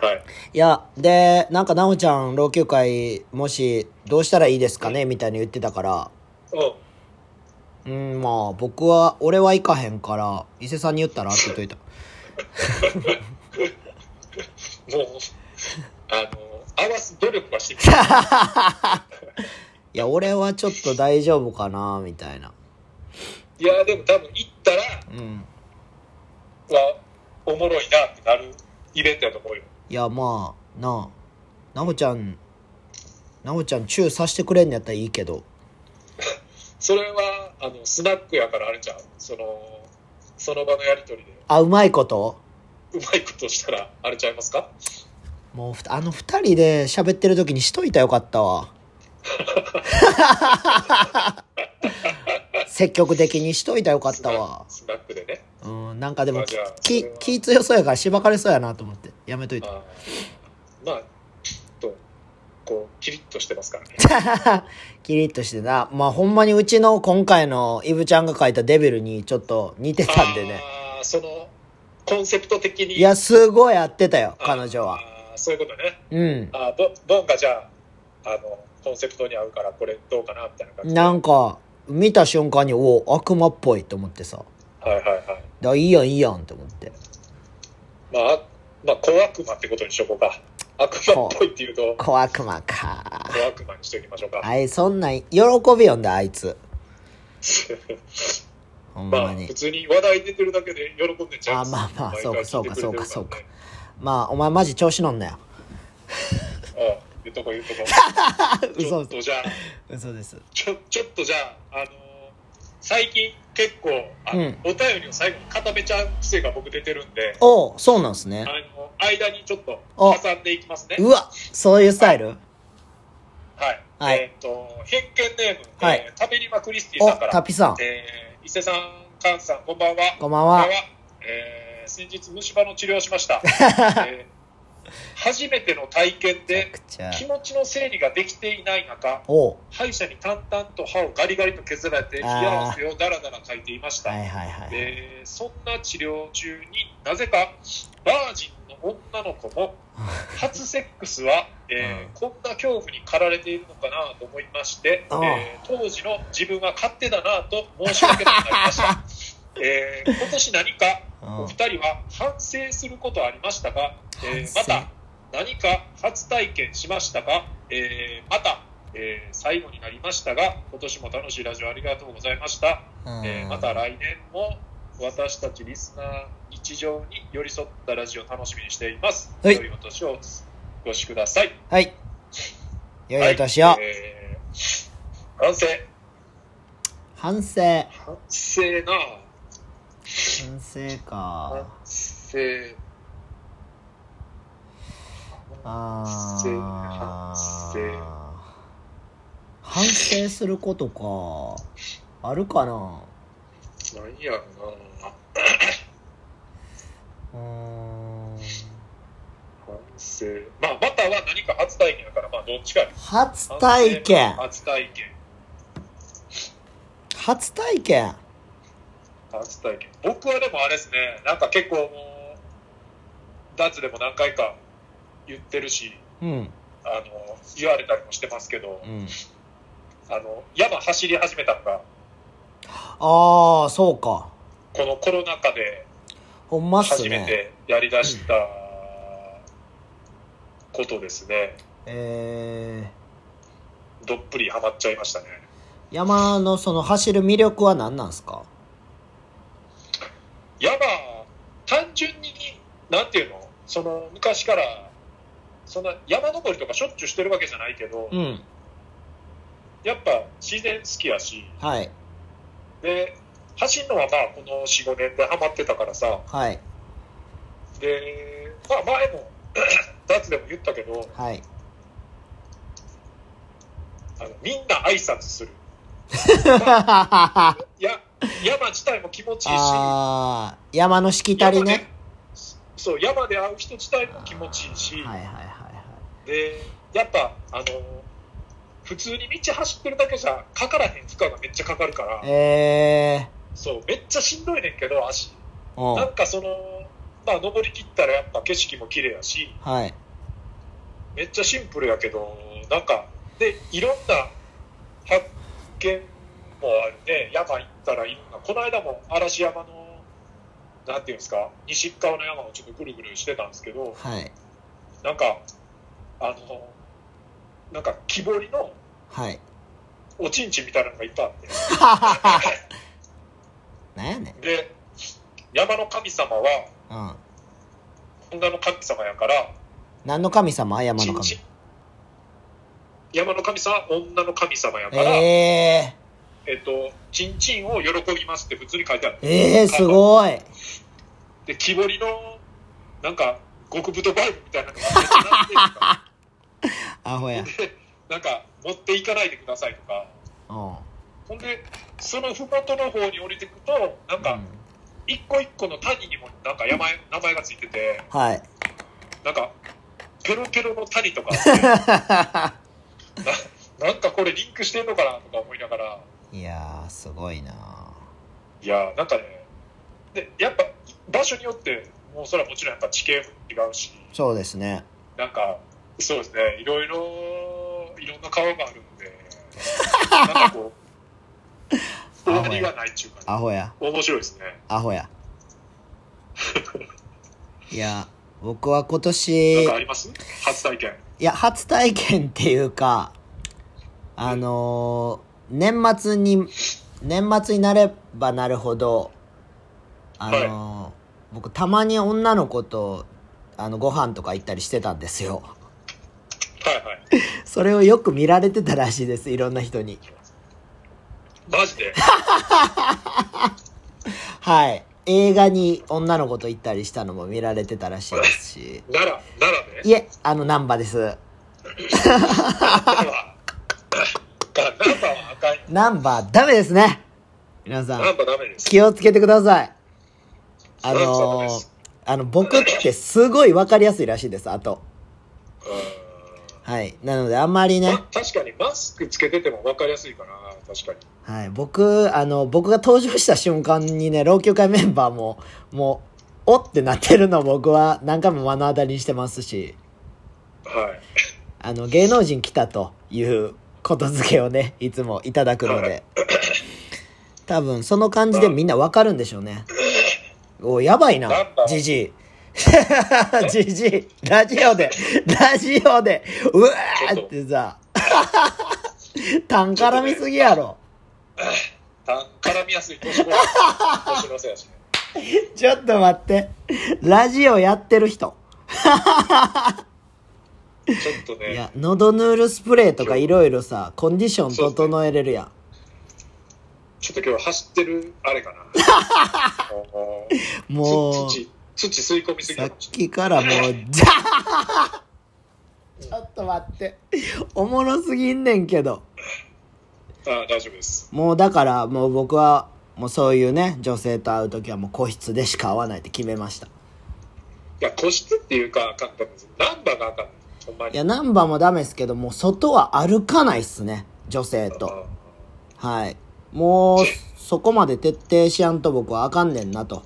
[SPEAKER 2] はい
[SPEAKER 1] いやでなんかなほちゃん老朽会もしどうしたらいいですかねみたいに言ってたから
[SPEAKER 2] うん
[SPEAKER 1] うん、まあ、僕は、俺は行かへんから、伊勢さんに言ったらって言っといた。
[SPEAKER 2] もう、あの、合わす努力はしてきた。
[SPEAKER 1] いや、俺はちょっと大丈夫かな、みたいな。
[SPEAKER 2] いや、でも多分行ったら、
[SPEAKER 1] うん。
[SPEAKER 2] は、おもろいなってなるイベントやと思うよ。
[SPEAKER 1] いや、まあ、なあ、なおちゃん、なおちゃん、チューさせてくれんのやったらいいけど。
[SPEAKER 2] それは、あの、スナックやからあれじゃん。その、その場のやりとりで、
[SPEAKER 1] あ、うまいこと
[SPEAKER 2] うまいことしたら、あれちゃいますか
[SPEAKER 1] もうふた、あの二人で喋ってる時にしといたらよかった わ。積極的にしといたらよかったわ。
[SPEAKER 2] スナックでね。
[SPEAKER 1] うん、なんかで
[SPEAKER 2] ま
[SPEAKER 1] も
[SPEAKER 2] あじゃあ
[SPEAKER 1] き、き、気強そうやからしばかれそうやなと思って。やめといた。
[SPEAKER 2] あーまあ、ちょっと、こう、キリッとしてますから ね。
[SPEAKER 1] キリッとしてな。まあほんまにうちの今回のイブちゃんが書いたデビルにちょっと似てたんでね。
[SPEAKER 2] あーその、コンセプト的に。
[SPEAKER 1] いや、すごい合ってたよ、
[SPEAKER 2] あー、
[SPEAKER 1] 彼女は。
[SPEAKER 2] あー。そういうことね。
[SPEAKER 1] うん。
[SPEAKER 2] あーボボンがじゃああのコンセプトに合うからこれどうかなみたいな感じで
[SPEAKER 1] なんか、見た瞬間に、おお、悪魔っぽいと思ってさ。だか
[SPEAKER 2] はいはいはい
[SPEAKER 1] らいいやん、いいやんって思って。
[SPEAKER 2] まああまあ小悪魔ってことにしとこうか悪魔っぽいっていうと
[SPEAKER 1] 小悪魔か。
[SPEAKER 2] 小悪魔にしておきましょうか、
[SPEAKER 1] あい、そんなん、喜びよんだ、あいつ。ほん
[SPEAKER 2] ま
[SPEAKER 1] ま
[SPEAKER 2] あ
[SPEAKER 1] に
[SPEAKER 2] 普。通に話題出てるだけで喜んでちゃ
[SPEAKER 1] あ
[SPEAKER 2] う
[SPEAKER 1] まあまあ
[SPEAKER 2] 毎回聞いてくれてるらね
[SPEAKER 1] そうかそうかそうかまあ、お前マジ調子乗んなよ。
[SPEAKER 2] うん言っとこう言っとこうちょ
[SPEAKER 1] 嘘
[SPEAKER 2] っとじゃあ
[SPEAKER 1] 嘘です。
[SPEAKER 2] ちょちょっとじゃああの最近結構あの、
[SPEAKER 1] うん
[SPEAKER 2] お便りを最後に固めちゃう癖が僕出てるんで
[SPEAKER 1] おうそうなんす
[SPEAKER 2] あ
[SPEAKER 1] ね。
[SPEAKER 2] の間にちょっと
[SPEAKER 1] お
[SPEAKER 2] 挟んでいきますね
[SPEAKER 1] うわ、そういうスタイル
[SPEAKER 2] はい。
[SPEAKER 1] はい
[SPEAKER 2] えーっ、と、偏見ネーム、
[SPEAKER 1] はい
[SPEAKER 2] えータペリマ・クリスティ
[SPEAKER 1] お
[SPEAKER 2] さんか、
[SPEAKER 1] タ
[SPEAKER 2] ら、
[SPEAKER 1] ピさん。
[SPEAKER 2] えー伊勢さん、カンさん、こんばんは。
[SPEAKER 1] こんばんは。
[SPEAKER 2] えー先日、虫歯の治療をし ました。えー初めての体験で、
[SPEAKER 1] くちゃ
[SPEAKER 2] 気持ちの整理ができていない中、
[SPEAKER 1] おう
[SPEAKER 2] 歯医者に淡々と歯をガリガリと削られて、冷
[SPEAKER 1] あー
[SPEAKER 2] や汗をダラダラかいていました。
[SPEAKER 1] はいはいはい。
[SPEAKER 2] えーそんな治療中になぜかバージンの女の子も初セックスは、えーこんな恐怖に駆られているのかなと思いまして、
[SPEAKER 1] うん
[SPEAKER 2] えー当時の自分は勝手だなと申し訳なくなりました、 えー今年何かお二人は反省することはありましたか、えーま
[SPEAKER 1] 反省
[SPEAKER 2] た何か初体験しましたか、えーまた、えー最後になりましたが今年も楽しいラジオありがとうございました
[SPEAKER 1] うん
[SPEAKER 2] えーまた来年も私たちリスナー日常に寄り添ったラジオを楽しみにしています。
[SPEAKER 1] はい
[SPEAKER 2] 良いお年をお過ごしください。
[SPEAKER 1] はい。良いお年
[SPEAKER 2] は
[SPEAKER 1] を
[SPEAKER 2] い。えー反省。
[SPEAKER 1] 反省。
[SPEAKER 2] 反省な
[SPEAKER 1] 反省
[SPEAKER 2] 反
[SPEAKER 1] か。
[SPEAKER 2] 省。
[SPEAKER 1] あ
[SPEAKER 2] 反
[SPEAKER 1] ー
[SPEAKER 2] 省
[SPEAKER 1] 反省することか。あるかな
[SPEAKER 2] 何やろな
[SPEAKER 1] うーん。
[SPEAKER 2] 反省。まあ、または何か初体験だから、まあ、どっちかや
[SPEAKER 1] 初体験。
[SPEAKER 2] 初体験。
[SPEAKER 1] 初体験。
[SPEAKER 2] 初体験。僕はでもあれですね、なんか結構もう、脱でも何回か言ってるし、
[SPEAKER 1] うん。
[SPEAKER 2] あの言われたりもしてますけど
[SPEAKER 1] う、ん。
[SPEAKER 2] あの山走り始めたのが、
[SPEAKER 1] ああ、そうか。
[SPEAKER 2] このコロナ禍で
[SPEAKER 1] ほんまっす
[SPEAKER 2] 初め
[SPEAKER 1] ね。
[SPEAKER 2] てやりだしたことですね、
[SPEAKER 1] えー、
[SPEAKER 2] どっぷりハマっちゃいましたね。
[SPEAKER 1] 山のその走る魅力は何なんすか
[SPEAKER 2] 山、単純に、なんていうの、その昔から、そんな山登りとかしょっちゅうしてるわけじゃないけど、
[SPEAKER 1] うん。
[SPEAKER 2] やっぱ自然好きやし、
[SPEAKER 1] はい。
[SPEAKER 2] で、走るのはまあこの4、5年でハマってたからさ、
[SPEAKER 1] はい。
[SPEAKER 2] で、まあ前も、 脱でも言ったけど、
[SPEAKER 1] はい。
[SPEAKER 2] あのみんな挨拶する。
[SPEAKER 1] あ
[SPEAKER 2] や山自体も気持ちいいし、
[SPEAKER 1] あー、山のしきたりね。
[SPEAKER 2] そう山で会う人自体も気持ちいいし、
[SPEAKER 1] はいはいはいは
[SPEAKER 2] でやっぱあの普通に道走ってるだけじゃかからへん負荷がめっちゃかかるから
[SPEAKER 1] い。、え
[SPEAKER 2] そうめっちゃしんどいねんけど足、
[SPEAKER 1] ー、う
[SPEAKER 2] なん
[SPEAKER 1] ん。
[SPEAKER 2] かそのまあ登り切ったらやっぱ景色も綺麗やし、
[SPEAKER 1] はい。
[SPEAKER 2] めっちゃシンプルやけどなんかでいろんな発見もあるね山行っったらいいのか、この間も嵐山の、なんていうんですか、西側の山をちょっとぐるぐるしてたんですけど、
[SPEAKER 1] はい。
[SPEAKER 2] なんか、あの、なんか木彫りの
[SPEAKER 1] はい。
[SPEAKER 2] おちんちんみたいなのがいっぱいあって、
[SPEAKER 1] なんやねん。
[SPEAKER 2] で、山の神様は、
[SPEAKER 1] うん。
[SPEAKER 2] 女の神様やから、
[SPEAKER 1] 何の神様山の
[SPEAKER 2] ちん
[SPEAKER 1] 神
[SPEAKER 2] ちん。山の神様は女の神様やから、え
[SPEAKER 1] え
[SPEAKER 2] っと、ちんちんを喜びますって普通に書いてある
[SPEAKER 1] ー、。えー、すごい。
[SPEAKER 2] で、木彫りの、なんか、極太バイブみたいなのがめっちゃ並んでるとか
[SPEAKER 1] アホ や。
[SPEAKER 2] なんか、持っていかないでくださいとか。
[SPEAKER 1] うん。
[SPEAKER 2] ほんで、そのふもとの方に降りてくと、なんか、一個一個の谷にも、なんか名前、名前がついてて、
[SPEAKER 1] はい。
[SPEAKER 2] なんか、ペロペロの谷とかあって、ななんかこれリンクしてんのかなとか思いながら、
[SPEAKER 1] いやー、すごいなあ
[SPEAKER 2] いやーなんかね、で、やっぱ、場所によって、もうそれはもちろんやっぱ地形も違うし、
[SPEAKER 1] そうですね。
[SPEAKER 2] なんか、そうですね、いろいろ、いろんな川があるんで、なんかこう、 終わりがないっていうか、
[SPEAKER 1] アホや。
[SPEAKER 2] 面白いですね。
[SPEAKER 1] アホ や。いや、僕は今
[SPEAKER 2] なん
[SPEAKER 1] 年、
[SPEAKER 2] かあります初体験。
[SPEAKER 1] いや、初体験っていうか、あのー年末に、年末になればなるほど、あのー僕たまに女の子と、あの、ご飯とか行ったりしてたんですよ。
[SPEAKER 2] はいはい。
[SPEAKER 1] それをよく見られてたらしいです、いろんな人に。
[SPEAKER 2] マジで。
[SPEAKER 1] はい。映画に女の子と行ったりしたのも見られてたらしいですし。
[SPEAKER 2] 奈良、奈良
[SPEAKER 1] い
[SPEAKER 2] ね。
[SPEAKER 1] え、あの、難波です。
[SPEAKER 2] 奈良は。 奈良は赤い。
[SPEAKER 1] 難波、ダメですね。皆さん。
[SPEAKER 2] なんかダメです。
[SPEAKER 1] 気をつけてください。あ
[SPEAKER 2] そうそう
[SPEAKER 1] の
[SPEAKER 2] です
[SPEAKER 1] あの、僕ってすごい分かりやすいらしいです、あと。
[SPEAKER 2] うー
[SPEAKER 1] はい。なので、あんまり
[SPEAKER 2] んま
[SPEAKER 1] ね、
[SPEAKER 2] 確かにマスクつけてても分かりやすいかな、確かに。
[SPEAKER 1] はい。僕、あの、僕が登場した瞬間にね、老朽化メンバーも、もう、おってなってるのを僕は何回も目の当たりにしてますし、
[SPEAKER 2] はい。
[SPEAKER 1] あの、芸能人来たということづけをね、 いつもいただくので、多分、その感じでみんな分かるんでしょうね。お、やばいな
[SPEAKER 2] なんだ、
[SPEAKER 1] じじい。じじい、ラ ジオで、ラジオで、うわーってさ、 たん絡みすぎやろ。
[SPEAKER 2] た絡みやすい年頃。年のせいやしね。
[SPEAKER 1] ちょっと待って、ラジオやってる人。
[SPEAKER 2] ちょっと
[SPEAKER 1] い
[SPEAKER 2] ね
[SPEAKER 1] や、、喉ヌールスプレーとかいろいろさ、コンディション整えれるやん。
[SPEAKER 2] ちょっと今日走ってるあれかな。おー
[SPEAKER 1] もう。
[SPEAKER 2] 土、土土吸い込みすぎ
[SPEAKER 1] さ
[SPEAKER 2] た
[SPEAKER 1] っ
[SPEAKER 2] かもし
[SPEAKER 1] きからもう、じゃあちょっと待って。おもろすぎんねんけど。
[SPEAKER 2] れないあー大丈夫です。
[SPEAKER 1] もうだから、もう僕は、もうそういうね、女性と会うときはもう個室でしか会わないって決めました。
[SPEAKER 2] いや、個室っていうか、あかんかったんですナンバーがあかん。ほんま
[SPEAKER 1] い
[SPEAKER 2] に。
[SPEAKER 1] や、ナンバーもダメですけど、もう外は歩かないっすね。女性と。はい。もう、そこまで徹底しやんと僕はあかんねんなと。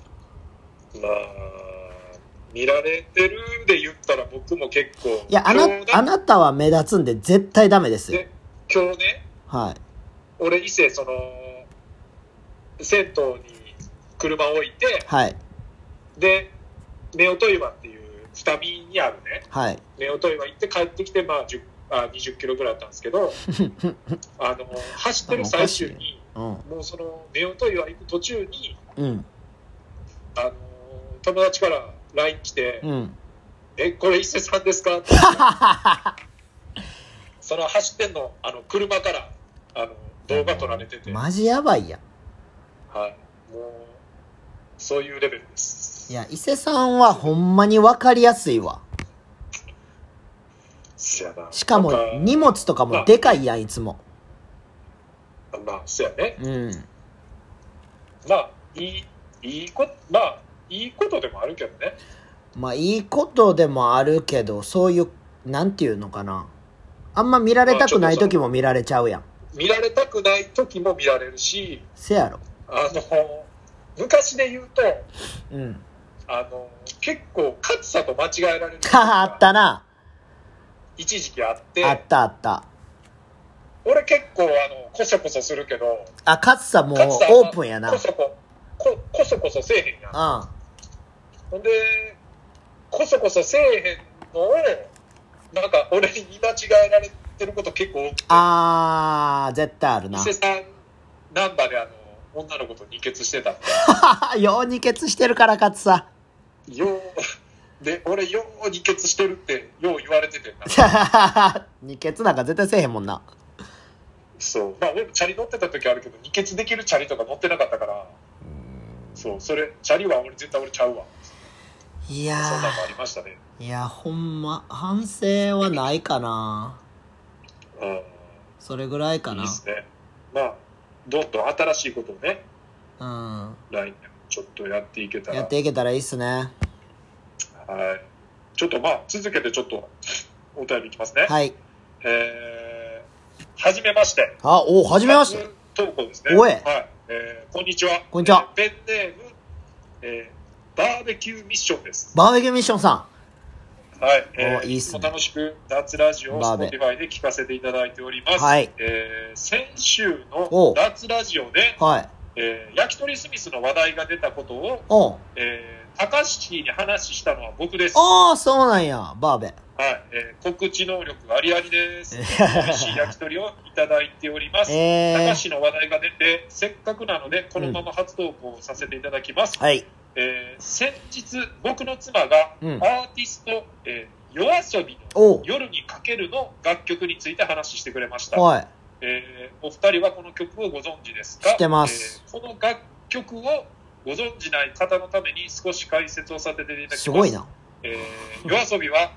[SPEAKER 2] まあ、見られてるで言ったら僕も結構。
[SPEAKER 1] いや、あな
[SPEAKER 2] 今日ね、
[SPEAKER 1] あなたは目立つんで絶対ダメですよ。
[SPEAKER 2] ね今日ね、
[SPEAKER 1] はい。
[SPEAKER 2] 俺伊勢、その、銭湯に車置いて、
[SPEAKER 1] はい。
[SPEAKER 2] で、夫婦岩っていう二見にあるね、
[SPEAKER 1] はい。
[SPEAKER 2] 夫婦岩行って帰ってきて、まあ、10あ20キロぐらいだったんですけ ど、あの、走ってる最中に、
[SPEAKER 1] うん。
[SPEAKER 2] もうその、夫婦岩行く途中に、
[SPEAKER 1] うん。
[SPEAKER 2] あの、友達から LINE 来て、
[SPEAKER 1] うん。
[SPEAKER 2] え、これ伊勢さんですかって言って その走ってんの、あの、車から、あの、動画撮られてて、は
[SPEAKER 1] マジやばいやん。
[SPEAKER 2] い。もう、そういうレベルです。
[SPEAKER 1] いや、伊勢さんはほんまに分かりやすいわ。
[SPEAKER 2] せやな。
[SPEAKER 1] しかも
[SPEAKER 2] なんか
[SPEAKER 1] 荷物とかもでかいやん、いつも。
[SPEAKER 2] まあ、そうやね。
[SPEAKER 1] うん。
[SPEAKER 2] まあ、いい、いいこと、まあ、いいことでもあるけどね。
[SPEAKER 1] まあいいことでもあるけど、そういう、なんていうのかな。あんま見られたくない時も見られちゃうやん。
[SPEAKER 2] 見られたくない時も見られるし、
[SPEAKER 1] せやろ。
[SPEAKER 2] あの、昔で言うと、
[SPEAKER 1] うん。
[SPEAKER 2] あの、結構、勝さと間違 えられる。
[SPEAKER 1] はは、あったな。
[SPEAKER 2] 一時期あって、
[SPEAKER 1] あったあった。
[SPEAKER 2] 俺結構、あの、こそこそするけど、
[SPEAKER 1] あ、勝さんもう
[SPEAKER 2] 勝さんは
[SPEAKER 1] オープンやな。う
[SPEAKER 2] こそこ、こ、こそこそせえへんやん。
[SPEAKER 1] ん。
[SPEAKER 2] ほんで、こそこそせえへんのを、なんか俺に見間違えられてること結構多くて、
[SPEAKER 1] あー、絶対ある
[SPEAKER 2] 伊
[SPEAKER 1] な。
[SPEAKER 2] 勢さん、ナンバであの、女の子と二血してたん で、
[SPEAKER 1] よう二血してるから、勝さん。
[SPEAKER 2] よう、で、俺よう二血してるって、よう言われててんな。
[SPEAKER 1] 二血なんか絶対せえへんもんな。
[SPEAKER 2] そう。まあ俺もチャリ乗ってた時あるけど、二血できるチャリとか乗ってなかったから、そう、それ、チャリは俺絶対俺ちゃうわ。
[SPEAKER 1] い
[SPEAKER 2] そん
[SPEAKER 1] や
[SPEAKER 2] なんもありましたね。
[SPEAKER 1] ー、いや、ほんま、反省はないかな。
[SPEAKER 2] うん。
[SPEAKER 1] それぐらいか
[SPEAKER 2] いい
[SPEAKER 1] な
[SPEAKER 2] で。すね。まあ、どんどん新しいことをね、
[SPEAKER 1] うん。
[SPEAKER 2] 来年ちょっとやっていけたら。
[SPEAKER 1] やっていけたらいいっすね。
[SPEAKER 2] はい。ちょっとまあ、続けてちょっとお便りいきますね。
[SPEAKER 1] はい。
[SPEAKER 2] えー、はじめまして。
[SPEAKER 1] あ、おう、はじめまし
[SPEAKER 2] 初
[SPEAKER 1] て。
[SPEAKER 2] 投稿ですね。
[SPEAKER 1] おい
[SPEAKER 2] はい。えー、こんにちは。
[SPEAKER 1] こんにちは。
[SPEAKER 2] ペンネーム、えー、バーベキューミッションです。
[SPEAKER 1] バーベキューミッションさ
[SPEAKER 2] はい。
[SPEAKER 1] おいいっすね
[SPEAKER 2] つも楽しく、脱ラジオを
[SPEAKER 1] バーベ
[SPEAKER 2] Spotify で聞かせていただいておりま
[SPEAKER 1] ん。
[SPEAKER 2] す。
[SPEAKER 1] はい。
[SPEAKER 2] えー、先週
[SPEAKER 1] お
[SPEAKER 2] の
[SPEAKER 1] う
[SPEAKER 2] 脱ラジオで、
[SPEAKER 1] はい。
[SPEAKER 2] えー、焼き鳥スミスの話題が出たことを、
[SPEAKER 1] おう。
[SPEAKER 2] えー、高橋に話したのは僕です。
[SPEAKER 1] あー、そうなんや、バーベ。
[SPEAKER 2] はい、えー告知能力ありありです。美味しい焼き鳥をいただいております。
[SPEAKER 1] え
[SPEAKER 2] 高
[SPEAKER 1] ー。
[SPEAKER 2] 橋の話題が出て、せっかくなので、このまま初投稿させていただきます。
[SPEAKER 1] はい。
[SPEAKER 2] えー先日、僕の妻が、
[SPEAKER 1] うん
[SPEAKER 2] アーティスト、えー夜遊びの
[SPEAKER 1] おう。
[SPEAKER 2] 夜にかけるの楽曲について話してくれました。
[SPEAKER 1] はい。
[SPEAKER 2] えーお二人はこの曲をご存知ですか
[SPEAKER 1] 知ってます、
[SPEAKER 2] えーこの楽曲をご存知ない方のために少し解説をさせていただきます。
[SPEAKER 1] すごいな。
[SPEAKER 2] えー、夜遊びは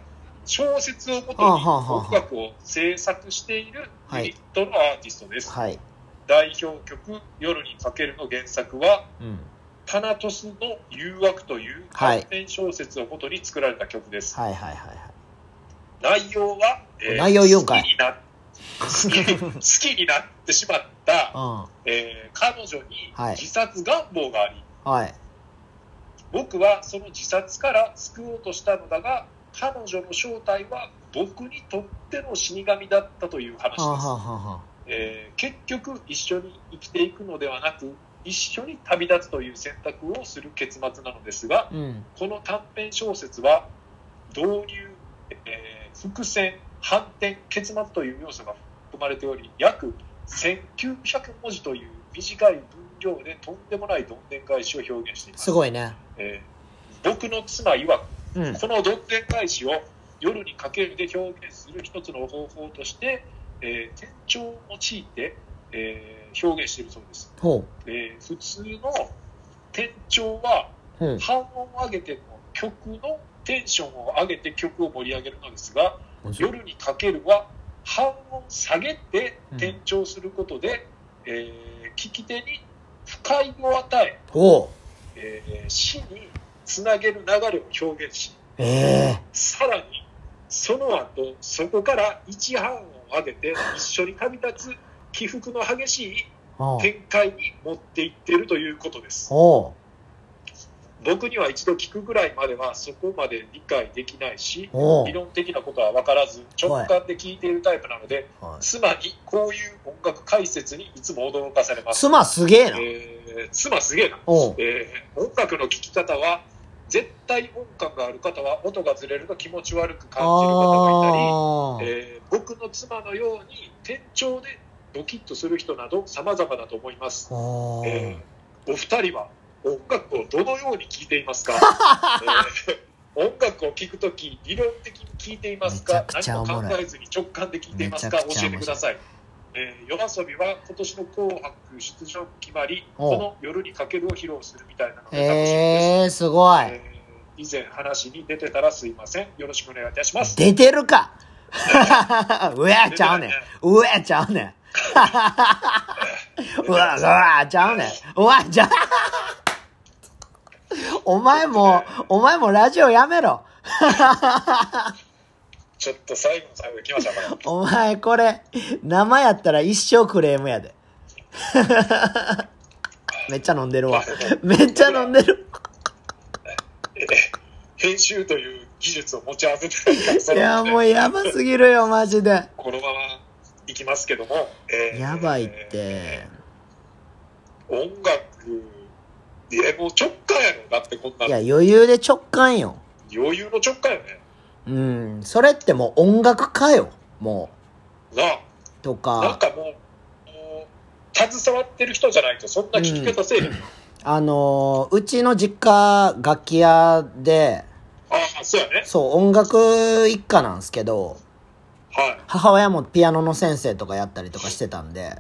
[SPEAKER 2] 小説をもとに
[SPEAKER 1] はあはあはあ
[SPEAKER 2] 音楽を制作しているユニットのアーティストです。
[SPEAKER 1] はい。
[SPEAKER 2] 代表曲「夜にかける」の原作は
[SPEAKER 1] うん。
[SPEAKER 2] 「タナトスの誘惑」という
[SPEAKER 1] はい
[SPEAKER 2] 短編小説をもとに作られた曲です。
[SPEAKER 1] はいはいはいはい。
[SPEAKER 2] 内容は、
[SPEAKER 1] 内容言うんかい
[SPEAKER 2] 好きにな好き好きになってしまった、
[SPEAKER 1] う
[SPEAKER 2] えー彼女に
[SPEAKER 1] はい
[SPEAKER 2] 自殺願望があり、
[SPEAKER 1] ん。はい。
[SPEAKER 2] 僕はその自殺から救おうとしたのだが彼女の正体は僕にとっての死神だったという話です、
[SPEAKER 1] はあ、はあはあは
[SPEAKER 2] えー結局一緒に生きていくのではなく一緒に旅立つという選択をする結末なのです
[SPEAKER 1] あ、
[SPEAKER 2] が
[SPEAKER 1] うん。
[SPEAKER 2] この短編小説は導入、えー伏線反転結末という要素が含まれており約1900文字という短い分量でとんでもないどんでん返しを表現しています
[SPEAKER 1] すごいね。
[SPEAKER 2] えー僕の妻曰く
[SPEAKER 1] うん。
[SPEAKER 2] このどんでん返しを夜にかけるで表現する一つの方法として、えー、転調を用いて、えー表現しているそうです、
[SPEAKER 1] ほ
[SPEAKER 2] えー普通の転調は
[SPEAKER 1] う。うん。
[SPEAKER 2] 半音を上げての曲のテンションを上げて曲を盛り上げるのですが夜にかけるは半音下げて転調することで、えー聞き手に不快を与え
[SPEAKER 1] ほう。
[SPEAKER 2] えー死につなげる流れを表現し
[SPEAKER 1] ええ
[SPEAKER 2] さらにその後そこから一半を上げて一緒に旅立つ起伏の激しい
[SPEAKER 1] ほう
[SPEAKER 2] 展開に持っていってるということです
[SPEAKER 1] ほ
[SPEAKER 2] 僕には一度聞くぐらいまではそこまで理解できないし
[SPEAKER 1] う。ほ
[SPEAKER 2] 理論的なことは分からず直感で聞いているタイプなので
[SPEAKER 1] う。はい
[SPEAKER 2] 妻にこういう音楽解説にいつも驚かされます、
[SPEAKER 1] 妻すげえな。
[SPEAKER 2] えー妻すげえな
[SPEAKER 1] おう。
[SPEAKER 2] えー音楽の聴き方は絶対音感がある方は音がずれると気持ち悪く感じる方
[SPEAKER 1] あ
[SPEAKER 2] がいたり、えー僕の妻のように転調でドキッとする人など様々だと思います、
[SPEAKER 1] あ
[SPEAKER 2] え
[SPEAKER 1] ー。
[SPEAKER 2] ーお二人は音楽をどのように聴いてい ますか、えー音楽を聴くとき理論的に聴いていますか
[SPEAKER 1] めちゃくちゃ
[SPEAKER 2] 何
[SPEAKER 1] おも
[SPEAKER 2] も
[SPEAKER 1] ろい
[SPEAKER 2] 考えずに直感で聴いていますか
[SPEAKER 1] めちゃくちゃ
[SPEAKER 2] 教
[SPEAKER 1] 面白
[SPEAKER 2] え
[SPEAKER 1] い
[SPEAKER 2] てください、えー夜遊びは今年の「紅白」出場決まり
[SPEAKER 1] お
[SPEAKER 2] この「夜にかける」を披露するみたいなので楽しみです、
[SPEAKER 1] ええ、すごい。
[SPEAKER 2] えー以前話に出てたらすいません。よろしくお願いいたします。
[SPEAKER 1] 出てる かうわちゃうねん。うわちゃうね ん。うわ、うわ、ちゃうねん。うわ、ちゃう。お前も、お前もラジオやめろ。
[SPEAKER 2] ちょっと最後の最後行きましょう か。
[SPEAKER 1] お前これ、生やったら一生クレームやで。めっちゃ飲んでるわ。めっちゃ飲んでる。
[SPEAKER 2] えー編集という技術を持ち合わせてるから
[SPEAKER 1] いや、もうやばすぎるよ、マジで。
[SPEAKER 2] このまま行きますけども、えー
[SPEAKER 1] やばいって。
[SPEAKER 2] 音楽いやもう直感やろだってこんない
[SPEAKER 1] や、余裕で直感よ。
[SPEAKER 2] 余裕の直感やね
[SPEAKER 1] うん。それってもう音楽家よ。も
[SPEAKER 2] なあ
[SPEAKER 1] う。と
[SPEAKER 2] なん
[SPEAKER 1] か、
[SPEAKER 2] かもうもう携わってる人じゃないとそんな聞き方せえへん、あ
[SPEAKER 1] あのーうちの実家、楽器屋で、
[SPEAKER 2] あそうやね
[SPEAKER 1] そう、音楽一家なんですけど、
[SPEAKER 2] は
[SPEAKER 1] 母親もピアノの先生とかやったりとかしてたんで、
[SPEAKER 2] いはい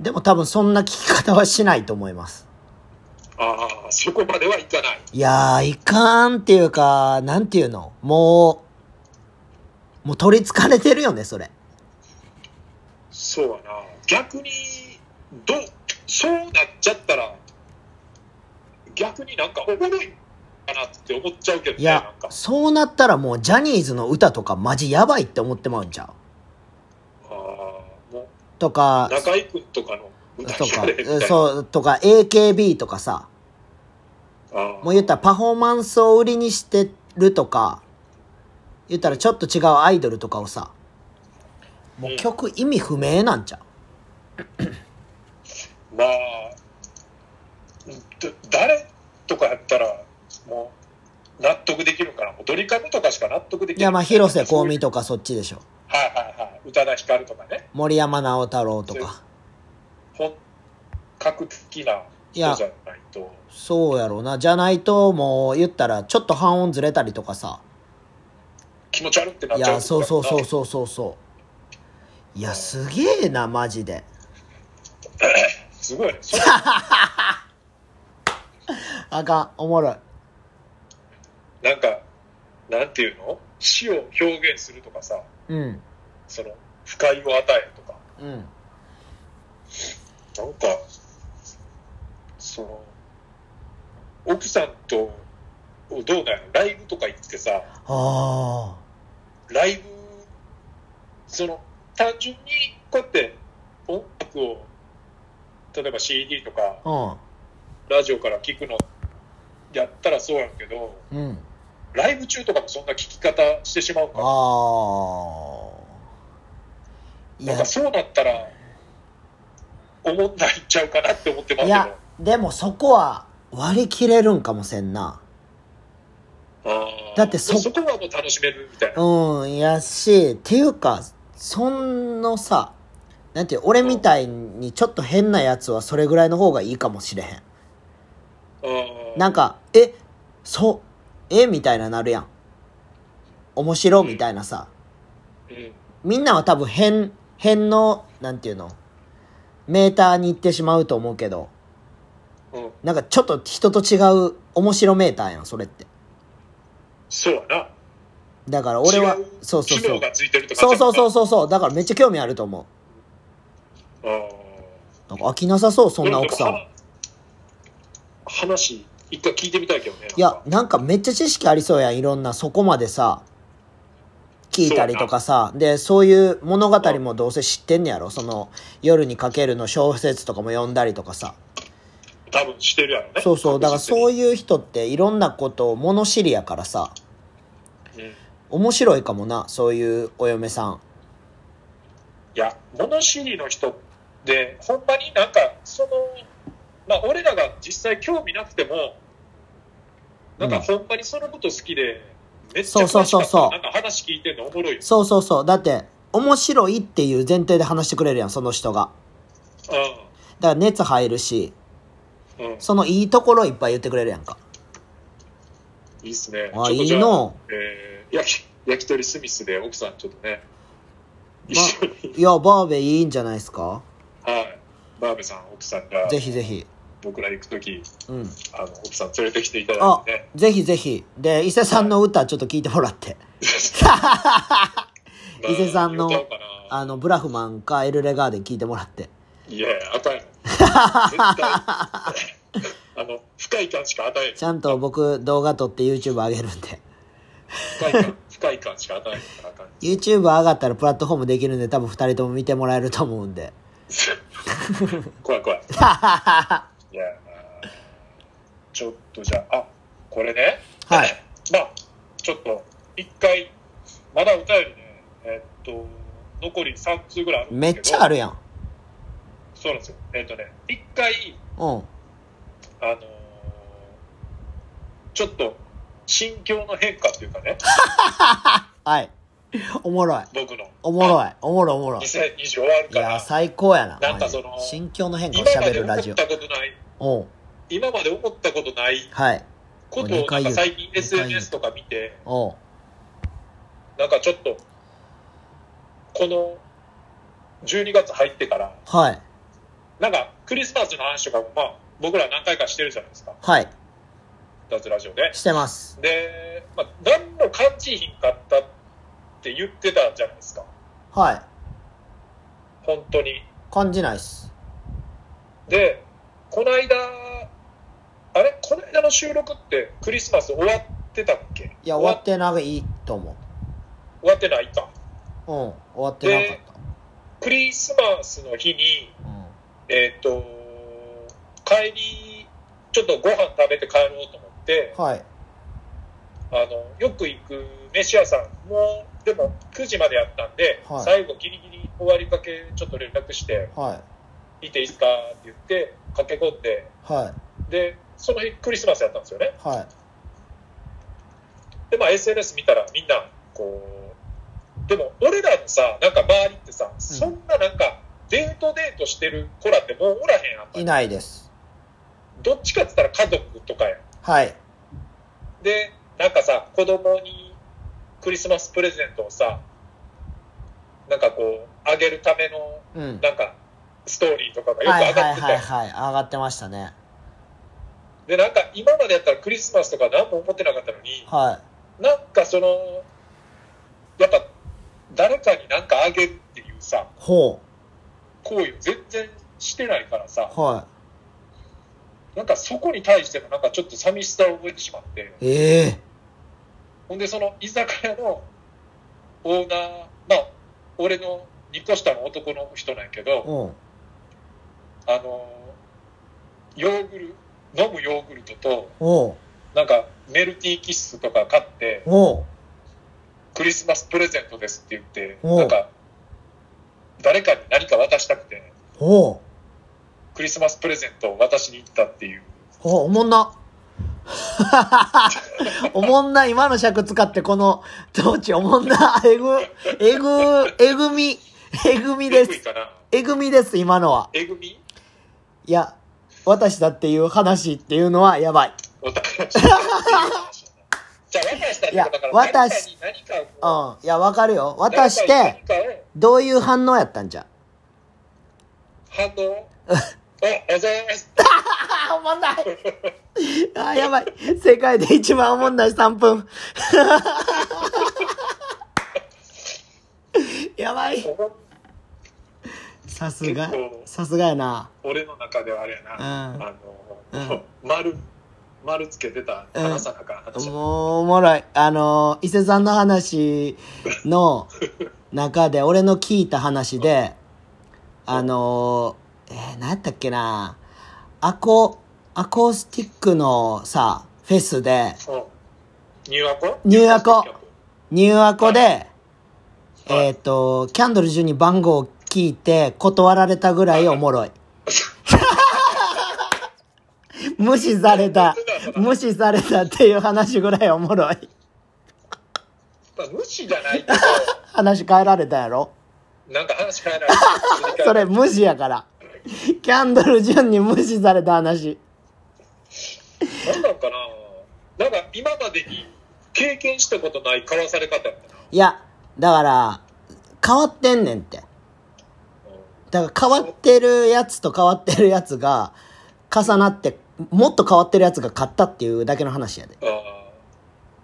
[SPEAKER 1] でも多分そんな聞き方はしないと思います。
[SPEAKER 2] ああそこまではいかない
[SPEAKER 1] いやー、いかんっていうか、なんていうのもう、もう取り憑かれてるよね、それ。
[SPEAKER 2] そうやな逆にどうそうなっちゃったら逆になんかおもろいかなって思っちゃうけど
[SPEAKER 1] い
[SPEAKER 2] ねな
[SPEAKER 1] や
[SPEAKER 2] んか、
[SPEAKER 1] そうなったらもうジャニーズの歌とかマジやばいって思ってまうんちゃう
[SPEAKER 2] ああも
[SPEAKER 1] とか
[SPEAKER 2] う、中居君とかの歌
[SPEAKER 1] と
[SPEAKER 2] 聞
[SPEAKER 1] か
[SPEAKER 2] かれへんみたい、な
[SPEAKER 1] そう、とか AKB とかさ、
[SPEAKER 2] ああ
[SPEAKER 1] もう言ったらパフォーマンスを売りにしてるとか、言ったらちょっと違うアイドルとかをさ、もう曲意味不明なんちゃう
[SPEAKER 2] まあ、だ誰とかやったら、もう、納得できるかな。ドリカムとかしか納得できない。
[SPEAKER 1] いや、まあ、広瀬香美
[SPEAKER 2] と
[SPEAKER 1] とかそっちでしょ。
[SPEAKER 2] はいはいはい。宇多田ヒカルとかね。
[SPEAKER 1] 森山直太朗とか。
[SPEAKER 2] 本格的ない
[SPEAKER 1] や
[SPEAKER 2] 人じゃないと。
[SPEAKER 1] そうやろうな。じゃないと、もう言ったら、ちょっと半音ずれたりとかさ。
[SPEAKER 2] 気持ち悪ってなっ
[SPEAKER 1] い
[SPEAKER 2] ちゃう
[SPEAKER 1] や、そうそうそう
[SPEAKER 2] う。
[SPEAKER 1] そうそうそう。いや、すげえな、マジで。
[SPEAKER 2] すごいね。それ
[SPEAKER 1] あかん、おもろい。
[SPEAKER 2] なんか、なんていうの死を表現するとかさ、
[SPEAKER 1] うん、
[SPEAKER 2] その、不快を与えるとか。
[SPEAKER 1] うん。
[SPEAKER 2] なんか、その、奥さんと、どうだよ、ライブとか行ってさ、
[SPEAKER 1] あ
[SPEAKER 2] ライブ、その、単純に、こうやって、音楽を、例えば CD とか、
[SPEAKER 1] あ、
[SPEAKER 2] ラジオから聞くの、やったらそうやけど、
[SPEAKER 1] うん、うん。
[SPEAKER 2] ライブ中とかもそんな聞き方してしまう
[SPEAKER 1] あ
[SPEAKER 2] か
[SPEAKER 1] あ。い
[SPEAKER 2] ら、なん
[SPEAKER 1] や
[SPEAKER 2] か、そうなったら、思んないんちゃうかなって思ってます
[SPEAKER 1] い
[SPEAKER 2] けど。
[SPEAKER 1] や、でもそこは割り切れるんかもせんな。
[SPEAKER 2] あー
[SPEAKER 1] だってそ
[SPEAKER 2] そこはもう楽しめるみたいな。
[SPEAKER 1] うん、いやし、っていうか、そんのさ、なんていう、俺みたいにちょっと変なやつはそれぐらいの方がいいかもしれへん。
[SPEAKER 2] うん
[SPEAKER 1] なんか、え、そう、えみたいななるやん。面白みたいなさ。
[SPEAKER 2] うん
[SPEAKER 1] みんなは多分変、変の、なんていうの、メーターに行ってしまうと思うけど、
[SPEAKER 2] うん、
[SPEAKER 1] なんかちょっと人と違う面白メーターやん、それって。
[SPEAKER 2] そうやな。
[SPEAKER 1] だから俺は
[SPEAKER 2] 違う、
[SPEAKER 1] そうそう
[SPEAKER 2] 機
[SPEAKER 1] そ
[SPEAKER 2] 能
[SPEAKER 1] う。
[SPEAKER 2] がついてるって
[SPEAKER 1] そうそうそう
[SPEAKER 2] そ
[SPEAKER 1] そうそう。だからめっちゃ興味あると思う。
[SPEAKER 2] う。あ
[SPEAKER 1] なんか飽きなさそう、
[SPEAKER 2] ー
[SPEAKER 1] そんな奥さん。。
[SPEAKER 2] 話、一回聞いてみたいけどね。
[SPEAKER 1] いや、なんかめっちゃ知識ありそうやん、いろんな、そこまでさ、聞いたりとかさ、で、そういう物語もどうせ知ってんねやろ、その、夜にかけるの小説とかも読んだりとかさ。
[SPEAKER 2] 多分してるやろ ね。
[SPEAKER 1] そうそう、だからそう
[SPEAKER 2] い
[SPEAKER 1] いう人っていろんなことを物知りやからさ、
[SPEAKER 2] うん。い
[SPEAKER 1] 面白いかもな、そういうお嫁さん。
[SPEAKER 2] や、物知りの人で、ほんまになんか、その、まあ、俺らが実際興味なくても、なん
[SPEAKER 1] う
[SPEAKER 2] か
[SPEAKER 1] ん
[SPEAKER 2] ほんまにそのこと好きで、めっちゃ
[SPEAKER 1] そうそうそうそう
[SPEAKER 2] 詳しかったらなんか話聞いてんのおもろいよ。
[SPEAKER 1] そうそうそう、だって、面白いっていう前提で話してくれるやん、その人が。だから熱入るし、
[SPEAKER 2] うん。うん。
[SPEAKER 1] そのいいところいっぱい言ってくれるやんか。
[SPEAKER 2] いいっすね。
[SPEAKER 1] あ
[SPEAKER 2] ちょっとじゃ
[SPEAKER 1] いいの。
[SPEAKER 2] えー焼き、焼き鳥スミスで奥さんちょっとね、一
[SPEAKER 1] ま
[SPEAKER 2] 緒に、
[SPEAKER 1] いや、バーベいいんじゃないですか
[SPEAKER 2] はい。バーベさん、奥さんが、
[SPEAKER 1] ぜひぜひ。
[SPEAKER 2] 僕ら行くとき、
[SPEAKER 1] うん。
[SPEAKER 2] あの、奥さん連れてきていただ
[SPEAKER 1] あ
[SPEAKER 2] いてね。、
[SPEAKER 1] ぜひぜひ。で、伊勢さんの歌ちょっと聞いてもらって。
[SPEAKER 2] まあ
[SPEAKER 1] 伊勢さんの
[SPEAKER 2] 言うたろうかな
[SPEAKER 1] あの、ブラフマンかエルレガーデン聞いてもらって。
[SPEAKER 2] いや、与えない。絶対。 あの、不快感しか与え
[SPEAKER 1] ちゃんと僕動画撮って YouTube 上げるんで。
[SPEAKER 2] ない。不快感、不快感しか与えないからあかん。
[SPEAKER 1] YouTube 上がったらプラットフォームできるんで多分二人とも見てもらえると思うんで。
[SPEAKER 2] 怖い 怖い。いや、ちょっとじゃあ、あ、これね。
[SPEAKER 1] はい。
[SPEAKER 2] まあ、ちょっと、一回、まだお便りね、えっと、残り3通ぐらいあるん
[SPEAKER 1] め
[SPEAKER 2] です
[SPEAKER 1] っ
[SPEAKER 2] けど
[SPEAKER 1] ちゃあるやん。
[SPEAKER 2] そうなんですよえっ、とね一回
[SPEAKER 1] うん。
[SPEAKER 2] あのーちょっと心境の変化っていうかね
[SPEAKER 1] はい。おもろい。
[SPEAKER 2] 僕の
[SPEAKER 1] おもろい。おもろいおもろい。
[SPEAKER 2] 2020終わる
[SPEAKER 1] い
[SPEAKER 2] か
[SPEAKER 1] や、
[SPEAKER 2] ら
[SPEAKER 1] 最高やな。
[SPEAKER 2] なんか
[SPEAKER 1] マジで
[SPEAKER 2] その
[SPEAKER 1] 心境の変化を
[SPEAKER 2] 今ま
[SPEAKER 1] 喋
[SPEAKER 2] で
[SPEAKER 1] る
[SPEAKER 2] 思
[SPEAKER 1] ラジ
[SPEAKER 2] っ
[SPEAKER 1] オ。
[SPEAKER 2] たことない
[SPEAKER 1] うん。
[SPEAKER 2] 今まで思ったことない
[SPEAKER 1] はい。
[SPEAKER 2] ことを
[SPEAKER 1] 二
[SPEAKER 2] な
[SPEAKER 1] 回言
[SPEAKER 2] んか
[SPEAKER 1] う
[SPEAKER 2] 最近
[SPEAKER 1] 二回言う
[SPEAKER 2] SNS とか見て
[SPEAKER 1] うん。
[SPEAKER 2] なんかちょっとこの12月入ってから
[SPEAKER 1] はい。
[SPEAKER 2] なんかクリスマスの話とかもまあ僕ら何回かしてるじゃないですか
[SPEAKER 1] はい。
[SPEAKER 2] 脱ラジオで
[SPEAKER 1] してます。
[SPEAKER 2] で、まあ、何も感じひんかったって言ってたじゃないですか
[SPEAKER 1] はい。
[SPEAKER 2] 本当に
[SPEAKER 1] 感じないっす。
[SPEAKER 2] でこの間あれこの間の収録ってクリスマス終わってたっけ
[SPEAKER 1] いや、終わってないと思う。
[SPEAKER 2] 終わってないか
[SPEAKER 1] うん。終わってなかっ
[SPEAKER 2] クリスマスの日に
[SPEAKER 1] た。うん。
[SPEAKER 2] えっ、と帰りちょっとご飯食べて帰ろうと思って
[SPEAKER 1] はい。
[SPEAKER 2] あのよく行く飯屋さんもでも9時までやったんで、
[SPEAKER 1] はい
[SPEAKER 2] 最後ギリギリ終わりかけちょっと連絡して
[SPEAKER 1] はい。
[SPEAKER 2] 「いていいですか?」って言って駆け込んで
[SPEAKER 1] はい。
[SPEAKER 2] でその日クリスマスやったんですよね
[SPEAKER 1] はい。
[SPEAKER 2] でまあ SNS 見たらみんなこうでも俺らのさなんか周りってさ、そんななんかデートデートしてる子らってもうおらへんやん
[SPEAKER 1] いないです。
[SPEAKER 2] どっちかって言ったら家族とかやん
[SPEAKER 1] はい。
[SPEAKER 2] でなんかさ子供にクリスマスプレゼントをさなんかこうあげるための
[SPEAKER 1] うん。
[SPEAKER 2] なんかストーリーとかがよく
[SPEAKER 1] はいは
[SPEAKER 2] 上が
[SPEAKER 1] い
[SPEAKER 2] ってた
[SPEAKER 1] はい
[SPEAKER 2] やん
[SPEAKER 1] はい。上がってましたね。
[SPEAKER 2] でなんか今までやったらクリスマスとか何も思ってなかったのに
[SPEAKER 1] は
[SPEAKER 2] なんかそのやっぱ誰かになんかあげるっていうさ
[SPEAKER 1] い。ほ
[SPEAKER 2] 行為を全然してないからさ
[SPEAKER 1] う。は
[SPEAKER 2] なんかそこに対してのなんかちょっと寂しさを覚えてしまって
[SPEAKER 1] い。ええ
[SPEAKER 2] ほんでその居酒屋のオーナーまあ俺の2個下の男の人なんやけど
[SPEAKER 1] うん。
[SPEAKER 2] あのヨーグル飲むヨーグルトと
[SPEAKER 1] おう。
[SPEAKER 2] なんかメルティーキッスとか買って
[SPEAKER 1] おう。
[SPEAKER 2] クリスマスプレゼントですって言って
[SPEAKER 1] おう
[SPEAKER 2] なんか誰かに何か渡したくて
[SPEAKER 1] おう。
[SPEAKER 2] クリスマスプレゼントを渡しに行ったっていう
[SPEAKER 1] お、おもんな。 おもんな、今の尺使って、この、当地おもんな、えぐ、えぐ、えぐみ、えぐみ
[SPEAKER 2] え
[SPEAKER 1] で
[SPEAKER 2] ぐい
[SPEAKER 1] す。
[SPEAKER 2] かな
[SPEAKER 1] えぐみです、今のは。
[SPEAKER 2] えぐみ
[SPEAKER 1] いや、私だっていう話っていうのはやばい。
[SPEAKER 2] お互 い知らないっていう話だなじゃあ渡したってことだから
[SPEAKER 1] いや私
[SPEAKER 2] 誰かに何かを
[SPEAKER 1] うん。いや、わかるよ。渡し
[SPEAKER 2] 誰か
[SPEAKER 1] て
[SPEAKER 2] に、何かを
[SPEAKER 1] どういう反応やったんじゃ。
[SPEAKER 2] 反 応あ、あざいます。
[SPEAKER 1] あ、おもんない。 あー、やばい。世界で一番おもんない3分。 やばい。さすが
[SPEAKER 2] 結構、
[SPEAKER 1] さすがやな。
[SPEAKER 2] 俺の中ではあれやな、
[SPEAKER 1] うん
[SPEAKER 2] あ
[SPEAKER 1] う
[SPEAKER 2] の
[SPEAKER 1] ん、
[SPEAKER 2] 丸、丸つけてた、話さなあかん話やな
[SPEAKER 1] もう、おもろい。あの、伊勢さんの話の中で、俺の聞いた話で、あの、えー、何やったっけな。アコ、アコースティックのさ、フェスで、
[SPEAKER 2] うんニューアコ
[SPEAKER 1] ニューアコニューアコで、
[SPEAKER 2] はい
[SPEAKER 1] えっ、と、キャンドル順に番号を聞いて断られたぐらいおもろい。 無視され た。無視されたっていう話ぐらいおもろい。
[SPEAKER 2] まあ無視じゃないけど、
[SPEAKER 1] 話変えられたやろ
[SPEAKER 2] なんか話変えられ
[SPEAKER 1] それ
[SPEAKER 2] る。
[SPEAKER 1] 無視やから。キャンドル順に無視された話。
[SPEAKER 2] なんなんかななんか今までに経験したことない交わされ方やったな。
[SPEAKER 1] いや、だから、変わってんねんって。だから変わってるやつと変わってるやつが重なって、もっと変わってるやつが勝ったっていうだけの話やで。
[SPEAKER 2] うんあー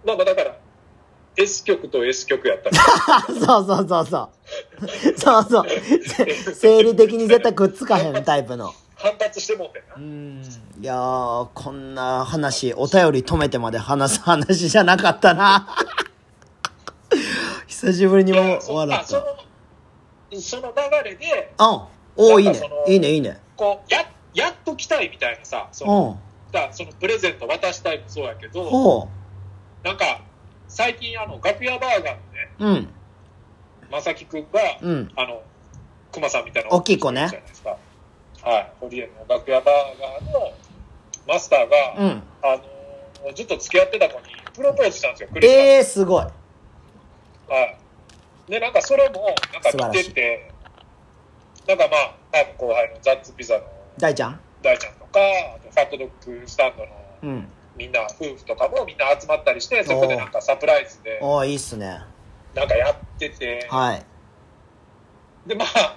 [SPEAKER 2] まあまあだから、S 曲と S 曲やったか
[SPEAKER 1] そうそうそうそう。そうそう。せ生理的に絶対くっつかへんタイプの。
[SPEAKER 2] ら、反発してもってんな
[SPEAKER 1] う。ん。いやー、こんな話、お便り止めてまで話す 話じゃなかったな。 久しぶりに
[SPEAKER 2] い
[SPEAKER 1] も
[SPEAKER 2] やそ
[SPEAKER 1] 笑
[SPEAKER 2] あ
[SPEAKER 1] っ
[SPEAKER 2] そ
[SPEAKER 1] た。
[SPEAKER 2] のその流れで
[SPEAKER 1] あ、おおいい
[SPEAKER 2] なんか
[SPEAKER 1] ね
[SPEAKER 2] その。
[SPEAKER 1] いいね、いいね。
[SPEAKER 2] こうややっと来たいみたいなさその
[SPEAKER 1] おう
[SPEAKER 2] だそのプレゼント渡したいもそうやけど
[SPEAKER 1] おう
[SPEAKER 2] なんか最近あの楽屋バーガーのね
[SPEAKER 1] うん。
[SPEAKER 2] 正樹くんが、
[SPEAKER 1] うん。
[SPEAKER 2] あの、熊さんみたいな
[SPEAKER 1] 大きい子ね
[SPEAKER 2] じゃないですか。はい。ホリエの楽屋バーガーのマスターが、
[SPEAKER 1] うん。
[SPEAKER 2] あの、ずっと付き合ってた子にプロポーズしたんですよ、クリスマス
[SPEAKER 1] ええー、すごい。
[SPEAKER 2] はい。で、なんかそれも、なんか見てて、なんかまあ、多分後輩のザッツピザの
[SPEAKER 1] 大ちゃん
[SPEAKER 2] 大ちゃんとか、あとファットドッグスタンドの
[SPEAKER 1] うん。
[SPEAKER 2] みんな、夫婦とかもみんな集まったりして、そこでなんかサプライズで、
[SPEAKER 1] おー、いいっすね。
[SPEAKER 2] なんかやってて、
[SPEAKER 1] はい。
[SPEAKER 2] で、まあ、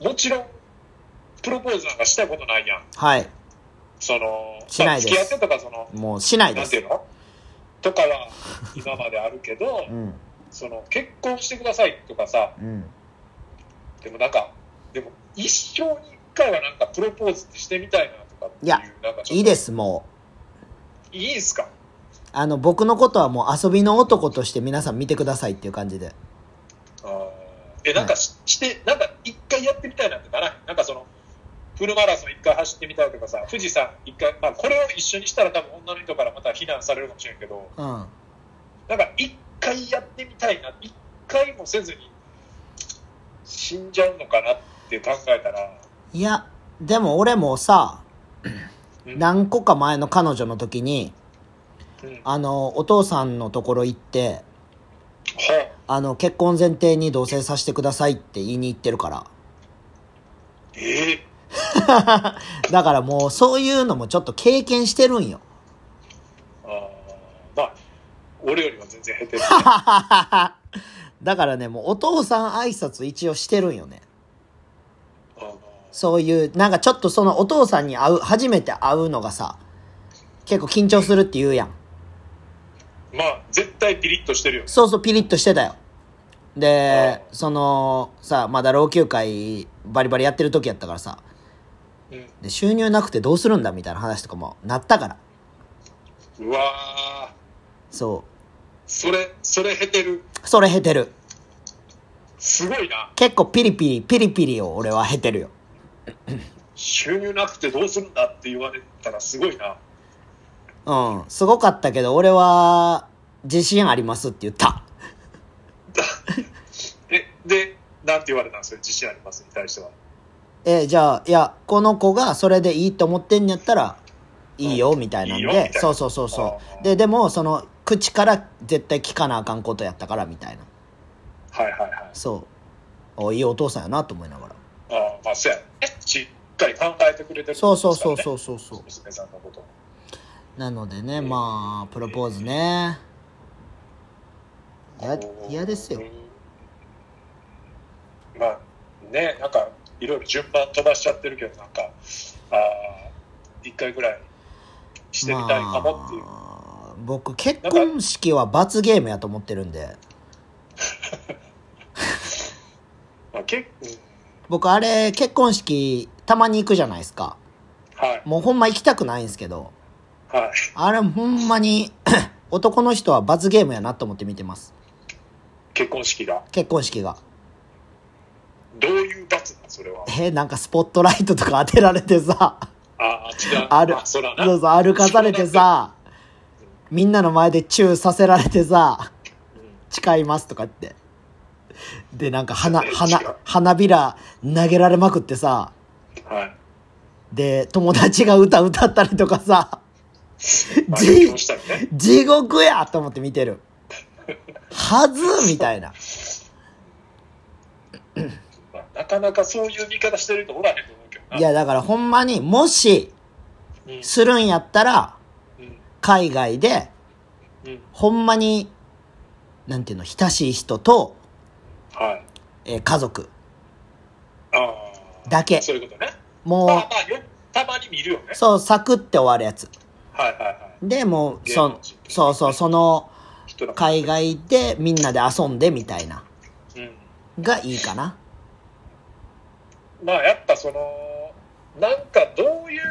[SPEAKER 2] もちろん、プロポーズなんかしたことないやん。
[SPEAKER 1] はい。
[SPEAKER 2] その、
[SPEAKER 1] しないです
[SPEAKER 2] まあ付き合ってとか、その、
[SPEAKER 1] もう、しないで
[SPEAKER 2] なんて
[SPEAKER 1] す
[SPEAKER 2] いう。のとかは今まであるけど
[SPEAKER 1] う、ん。
[SPEAKER 2] その、結婚してくださいとかさ、
[SPEAKER 1] うん。
[SPEAKER 2] でもなんか、でも一生に一回はなんかプロポーズってしてみたいなとかっていう、
[SPEAKER 1] いや
[SPEAKER 2] なんかちょっと
[SPEAKER 1] いいです、もう。
[SPEAKER 2] いいですか
[SPEAKER 1] あの、僕のことはもう遊びの男として皆さん見てくださいっていう感じで。
[SPEAKER 2] あーえ、なんかし,、して、なんか一回やってみたいなんてならへん。なんかその、フルマラソン一回走ってみたいとかさ、富士山一回、まあこれを一緒にしたら多分女の人からまた非難されるかもしれんけど、
[SPEAKER 1] うん。
[SPEAKER 2] なんか一回やってみたいな、一回もせずに死んじゃうのかなって考えたら、
[SPEAKER 1] いや、でも俺もさ、
[SPEAKER 2] うん
[SPEAKER 1] 何個か前の彼女の時に、
[SPEAKER 2] うん、は
[SPEAKER 1] あの、お父さんのところ行って、
[SPEAKER 2] い
[SPEAKER 1] あの、結婚前提に同棲させてくださいって言いに行ってるから。
[SPEAKER 2] ええ
[SPEAKER 1] だからもう、そういうのもちょっと経験してるんよ。
[SPEAKER 2] あーまあ、俺よりは全然減ってる。
[SPEAKER 1] だからね、もうお父さん挨拶一応してるんよね。
[SPEAKER 2] あの
[SPEAKER 1] そういう、なんかちょっとそのお父さんに会う、初めて会うのがさ、結構緊張するって言うやん。
[SPEAKER 2] まあ絶対ピリッとしてるよね
[SPEAKER 1] そうそう、ピリッとしてたよ。で、
[SPEAKER 2] う
[SPEAKER 1] その、さ、まだ老朽会バリバリやってる時やったからさ、で収入なくてどうするんだみたいな話とかもなったから。
[SPEAKER 2] うん、うわー
[SPEAKER 1] そ
[SPEAKER 2] それそれ減ってる
[SPEAKER 1] う。それ経てる。
[SPEAKER 2] すごいな
[SPEAKER 1] 結構ピリピリ、ピリピリを俺は経てるよ。
[SPEAKER 2] 収入なくてどうするんだって言われたらすごいな
[SPEAKER 1] うん。すごかったけど、俺は、自信ありますって言った。
[SPEAKER 2] えでなんて言われたんですよ自信ありますに対しては
[SPEAKER 1] え、じゃあ、いや、この子がそれでいいと思ってんやったら、いいよ、みたいなん
[SPEAKER 2] いいよみたい
[SPEAKER 1] で。
[SPEAKER 2] な
[SPEAKER 1] そうそうそうそ
[SPEAKER 2] あー
[SPEAKER 1] う。で、でも、その、口から絶対聞かなあかんことやったから、みたいな。
[SPEAKER 2] はいはいはい
[SPEAKER 1] そう。おいいお父さんやなと思いながら。
[SPEAKER 2] あーまあそうやねしっかり考えてくれてる
[SPEAKER 1] そうそうそうそううそうそ
[SPEAKER 2] 娘さんのこと
[SPEAKER 1] う。なのでね、まあ、プロポーズね。いや、嫌ですよ
[SPEAKER 2] う。んまあねなんかいろいろ順番飛ばしちゃってるけどなんかあー一回ぐらいしてみたいかもっていう、
[SPEAKER 1] まあ、僕、結婚式は罰ゲームやと思ってるんで。
[SPEAKER 2] まあ、結構
[SPEAKER 1] 僕あれ結婚式たまに行くじゃないですか
[SPEAKER 2] はい
[SPEAKER 1] もうほんま行きたくないんですけど
[SPEAKER 2] はい
[SPEAKER 1] あれほんまに 男の人は罰ゲームやなと思って見てます
[SPEAKER 2] 結婚式が
[SPEAKER 1] 結婚式が
[SPEAKER 2] どういう罰なんそれは
[SPEAKER 1] えなんかスポットライトとか当てられてさ
[SPEAKER 2] ああ違う
[SPEAKER 1] ある
[SPEAKER 2] まあ、そらな
[SPEAKER 1] そうそう歩かされてさみんなの前でチューさせられてさ
[SPEAKER 2] うん
[SPEAKER 1] 誓いますとかってでなんか花
[SPEAKER 2] 違う
[SPEAKER 1] 花花びら投げられまくってさ
[SPEAKER 2] はい
[SPEAKER 1] で友達が歌歌ったりとかさ
[SPEAKER 2] まあ
[SPEAKER 1] じ
[SPEAKER 2] 結婚したりね
[SPEAKER 1] 地獄やと思って見てる。はずみたいな。
[SPEAKER 2] まあなかなかそういう見方してる人おらへんと思うけどない
[SPEAKER 1] や、だからほんまにもし、
[SPEAKER 2] うん
[SPEAKER 1] するんやったら、海外で、
[SPEAKER 2] うんうん
[SPEAKER 1] ほんまに、なんていうの、親しい人と、
[SPEAKER 2] はい
[SPEAKER 1] えー家族。
[SPEAKER 2] ああ
[SPEAKER 1] だけ
[SPEAKER 2] そういうことねまあ
[SPEAKER 1] も
[SPEAKER 2] まあよたまに見るよね
[SPEAKER 1] う、そう、サクって終わるやつ。
[SPEAKER 2] はいはいはい
[SPEAKER 1] で、もう、
[SPEAKER 2] 芸
[SPEAKER 1] そ
[SPEAKER 2] 能
[SPEAKER 1] う
[SPEAKER 2] 人、
[SPEAKER 1] そうそう、その、
[SPEAKER 2] 人だ
[SPEAKER 1] 海外でみんなで遊んでみたいな、
[SPEAKER 2] うん
[SPEAKER 1] がいいかな。
[SPEAKER 2] まあやっぱそのなんかどういう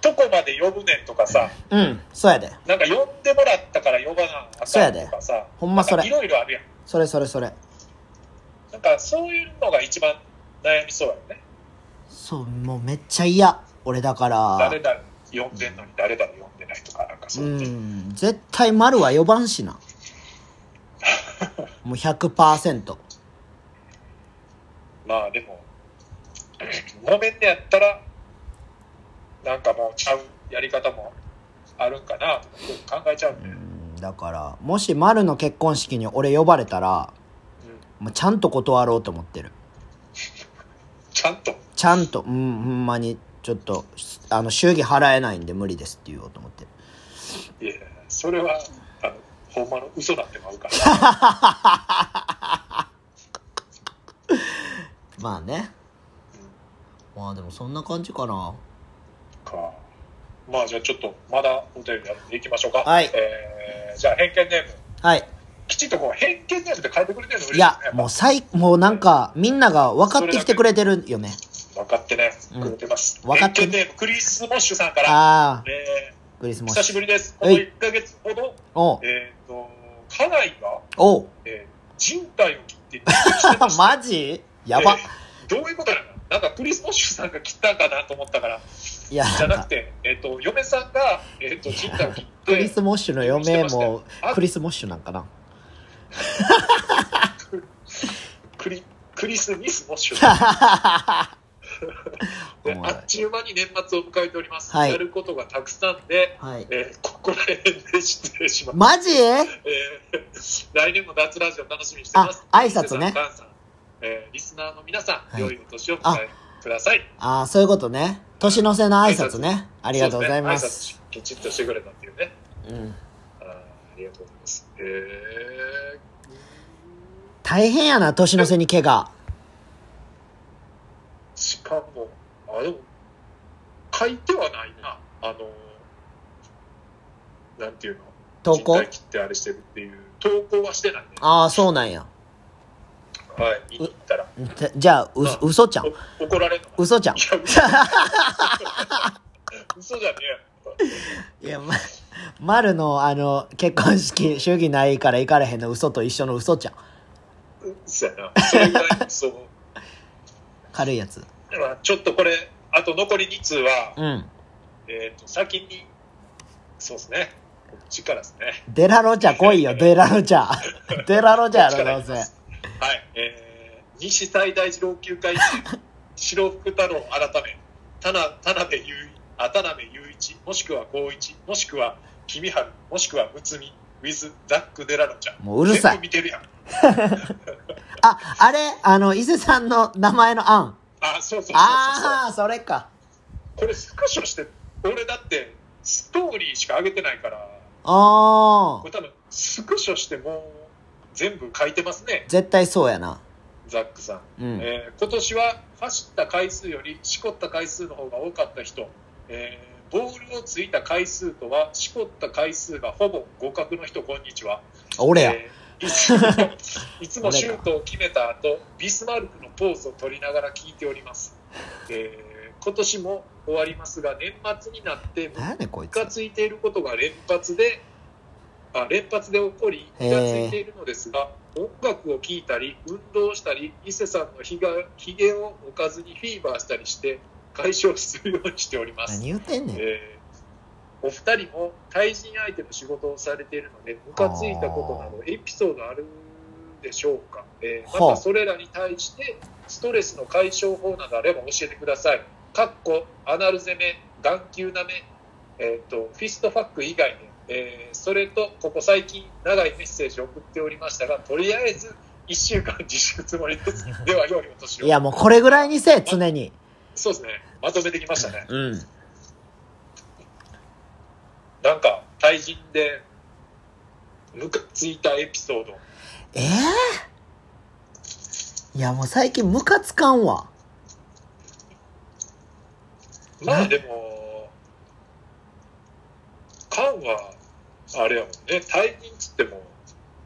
[SPEAKER 2] とこまで呼ぶねんとかさ
[SPEAKER 1] うん、そうやで。
[SPEAKER 2] なんか呼んでもらったから呼ばなあ
[SPEAKER 1] そう
[SPEAKER 2] か
[SPEAKER 1] や
[SPEAKER 2] ん
[SPEAKER 1] で
[SPEAKER 2] とかさ
[SPEAKER 1] ほんまそれ
[SPEAKER 2] なんかいろいろあるやん
[SPEAKER 1] それそれそれ。
[SPEAKER 2] なんかそういうのが一番悩みそうやね
[SPEAKER 1] そう、もうめっちゃ嫌。俺だから。
[SPEAKER 2] 誰々呼んでんのに誰々呼んでないとかなんかそうういう、
[SPEAKER 1] ん、絶対丸は4番しな。もう100%。
[SPEAKER 2] まあでも、飲めんねやったら、なんかもうちゃうやり方もあるんかなとか考えちゃうんだよ。
[SPEAKER 1] だから、もし丸の結婚式に俺呼ばれたら、
[SPEAKER 2] うん
[SPEAKER 1] もうちゃんと断ろうと思ってる。
[SPEAKER 2] ちゃんと。
[SPEAKER 1] ちゃんと、うん、ほんまに、ちょっと、あの、祝儀払えないんで無理ですって言おうと思ってる。
[SPEAKER 2] いや、それは、あの、ほんまの嘘だってまうから。
[SPEAKER 1] まあね。まあでもそんな感じかな。
[SPEAKER 2] かまあじゃあちょっと、まだお便りやっていきましょうか。
[SPEAKER 1] はい
[SPEAKER 2] えーじゃあ偏見ネーム。
[SPEAKER 1] はい。
[SPEAKER 2] きちんとこう、偏見ネームって変えてくれてるの嬉し
[SPEAKER 1] い
[SPEAKER 2] いね
[SPEAKER 1] や。、もう最、もうなんか、みんなが分かってきてくれてるよね。
[SPEAKER 2] 分かってね、
[SPEAKER 1] うん
[SPEAKER 2] くれてます。
[SPEAKER 1] 分かって
[SPEAKER 2] 偏見ネーム、クリス・モッシュさんから。
[SPEAKER 1] ああ、
[SPEAKER 2] え
[SPEAKER 1] クリス
[SPEAKER 2] ー、
[SPEAKER 1] マ
[SPEAKER 2] 久し
[SPEAKER 1] ス。
[SPEAKER 2] ぶりです。こ
[SPEAKER 1] はい
[SPEAKER 2] の1ヶ月ほど、
[SPEAKER 1] おう
[SPEAKER 2] えっ、と、家内が、
[SPEAKER 1] おう
[SPEAKER 2] えー、人体を切って入院してました
[SPEAKER 1] マジやば。
[SPEAKER 2] えーどういうことなのなんかクリス・モッシュさんが切ったんかなと思ったから、
[SPEAKER 1] いや、
[SPEAKER 2] じ
[SPEAKER 1] な
[SPEAKER 2] ゃ
[SPEAKER 1] ん
[SPEAKER 2] なく
[SPEAKER 1] か、
[SPEAKER 2] て、えっ、と、嫁さんが、えっ、と、人体を切っ
[SPEAKER 1] クリ
[SPEAKER 2] て
[SPEAKER 1] ス、モッシュの嫁
[SPEAKER 2] してましたよ
[SPEAKER 1] も
[SPEAKER 2] あ、
[SPEAKER 1] クリスモッシュなんか な。
[SPEAKER 2] クリ、クリス・ミス・モッシュさん
[SPEAKER 1] は
[SPEAKER 2] で、あっちゅう間に年末を迎えております。
[SPEAKER 1] はい
[SPEAKER 2] やることがたくさんで、
[SPEAKER 1] い。
[SPEAKER 2] えーここら辺で失礼します。
[SPEAKER 1] マジ
[SPEAKER 2] えー来年も脱ラジオ楽しみにしてます。
[SPEAKER 1] あ挨拶ね
[SPEAKER 2] リスナーの皆さん
[SPEAKER 1] は
[SPEAKER 2] えーリスナーの皆さん、
[SPEAKER 1] い
[SPEAKER 2] 良いお年をお迎えください。
[SPEAKER 1] ああ、そういうことね。年の瀬の挨拶ね。ありがとうございま
[SPEAKER 2] そ
[SPEAKER 1] す。
[SPEAKER 2] うでね挨拶きちっとしてくれたっていうね。
[SPEAKER 1] うん。
[SPEAKER 2] あーありがとうございます。え
[SPEAKER 1] 大変やな、年の瀬に怪我。
[SPEAKER 2] ー、しかも、あ、でも、書いてはないな。あのー、なんていうの
[SPEAKER 1] 投稿
[SPEAKER 2] 人体切ってあれしてるっていう。投稿はしてないね。
[SPEAKER 1] ああ、そうなんや。
[SPEAKER 2] はい。見に行ったら。
[SPEAKER 1] てじゃあ、う
[SPEAKER 2] あ、
[SPEAKER 1] 嘘ちゃん。
[SPEAKER 2] お怒られるのかな
[SPEAKER 1] 嘘ちゃん
[SPEAKER 2] い。や 嘘嘘じゃねえよ
[SPEAKER 1] いや、ま、丸の、あの、結婚式、祝儀ないから行かれへんの嘘と一緒の嘘ちゃん。
[SPEAKER 2] 嘘やなそれぐらいの嘘を
[SPEAKER 1] 軽いやつ。
[SPEAKER 2] でもちょっとこれあと残り2通は、
[SPEAKER 1] うん。
[SPEAKER 2] えー、と先にそうですねこっちからですね
[SPEAKER 1] デラロチャ来いよ、デラロチャ。 デラロチャやろ、どうせ。
[SPEAKER 2] はいえー、西最大老朽化遺 跡白福太郎改め田名田辺雄一あ田辺雄一もしくは光一もしくは君春もしくはむつみ with ザック・デラロちゃん
[SPEAKER 1] もううるさい
[SPEAKER 2] 全部見てるやん
[SPEAKER 1] あ、あれあの、伊勢さんの名前の案。
[SPEAKER 2] あそうそうそうそうそう
[SPEAKER 1] ああ、それか。
[SPEAKER 2] これスクショして俺だってストーリーしか上げてないから
[SPEAKER 1] あ
[SPEAKER 2] こ
[SPEAKER 1] あ
[SPEAKER 2] れ、多分スクショしてもう全部書いてますね
[SPEAKER 1] 絶対そうやな。
[SPEAKER 2] ザックさん、
[SPEAKER 1] うん。
[SPEAKER 2] えー今年は走った回数よりしこった回数の方が多かった人、えーボールをついた回数とはしこった回数がほぼ合格の人こんにちは
[SPEAKER 1] 俺や。
[SPEAKER 2] えーいつも いつもシュートを決めた後ビスマルクのポーズを取りながら聞いております、えー今年も終わりますが年末になって
[SPEAKER 1] 何やねんこい
[SPEAKER 2] ムカ
[SPEAKER 1] つ。
[SPEAKER 2] ついていることが連発であ連発で起こり
[SPEAKER 1] へー
[SPEAKER 2] ムカついているのですが音楽を聴いたり運動したり伊勢さんのひがひげをおかずにフィーバーしたりして解消するようにしております
[SPEAKER 1] 何言ってんねん。
[SPEAKER 2] えーお二人も対人相手の仕事をされているのでムカついたことなどエピソードあるでしょうか、えー
[SPEAKER 1] はあ
[SPEAKER 2] またそれらに対してストレスの解消法などあれば教えてくださいかっこアナル攻め眼球なめ、えー、とフィストファック以外で、えーそれとここ最近長いメッセージを送っておりましたがとりあえず1週間自粛つもり ですでは良いお年を
[SPEAKER 1] いや、もうこれぐらいにせえ、常に。
[SPEAKER 2] そうですねまとめてきましたね
[SPEAKER 1] うん。
[SPEAKER 2] なんか、対人で、ムカついたエピソード。
[SPEAKER 1] ええいや、もう最近ムカつかんわ。
[SPEAKER 2] まあ
[SPEAKER 1] ね
[SPEAKER 2] でも、カンは、あれやもんね、対人っつっても、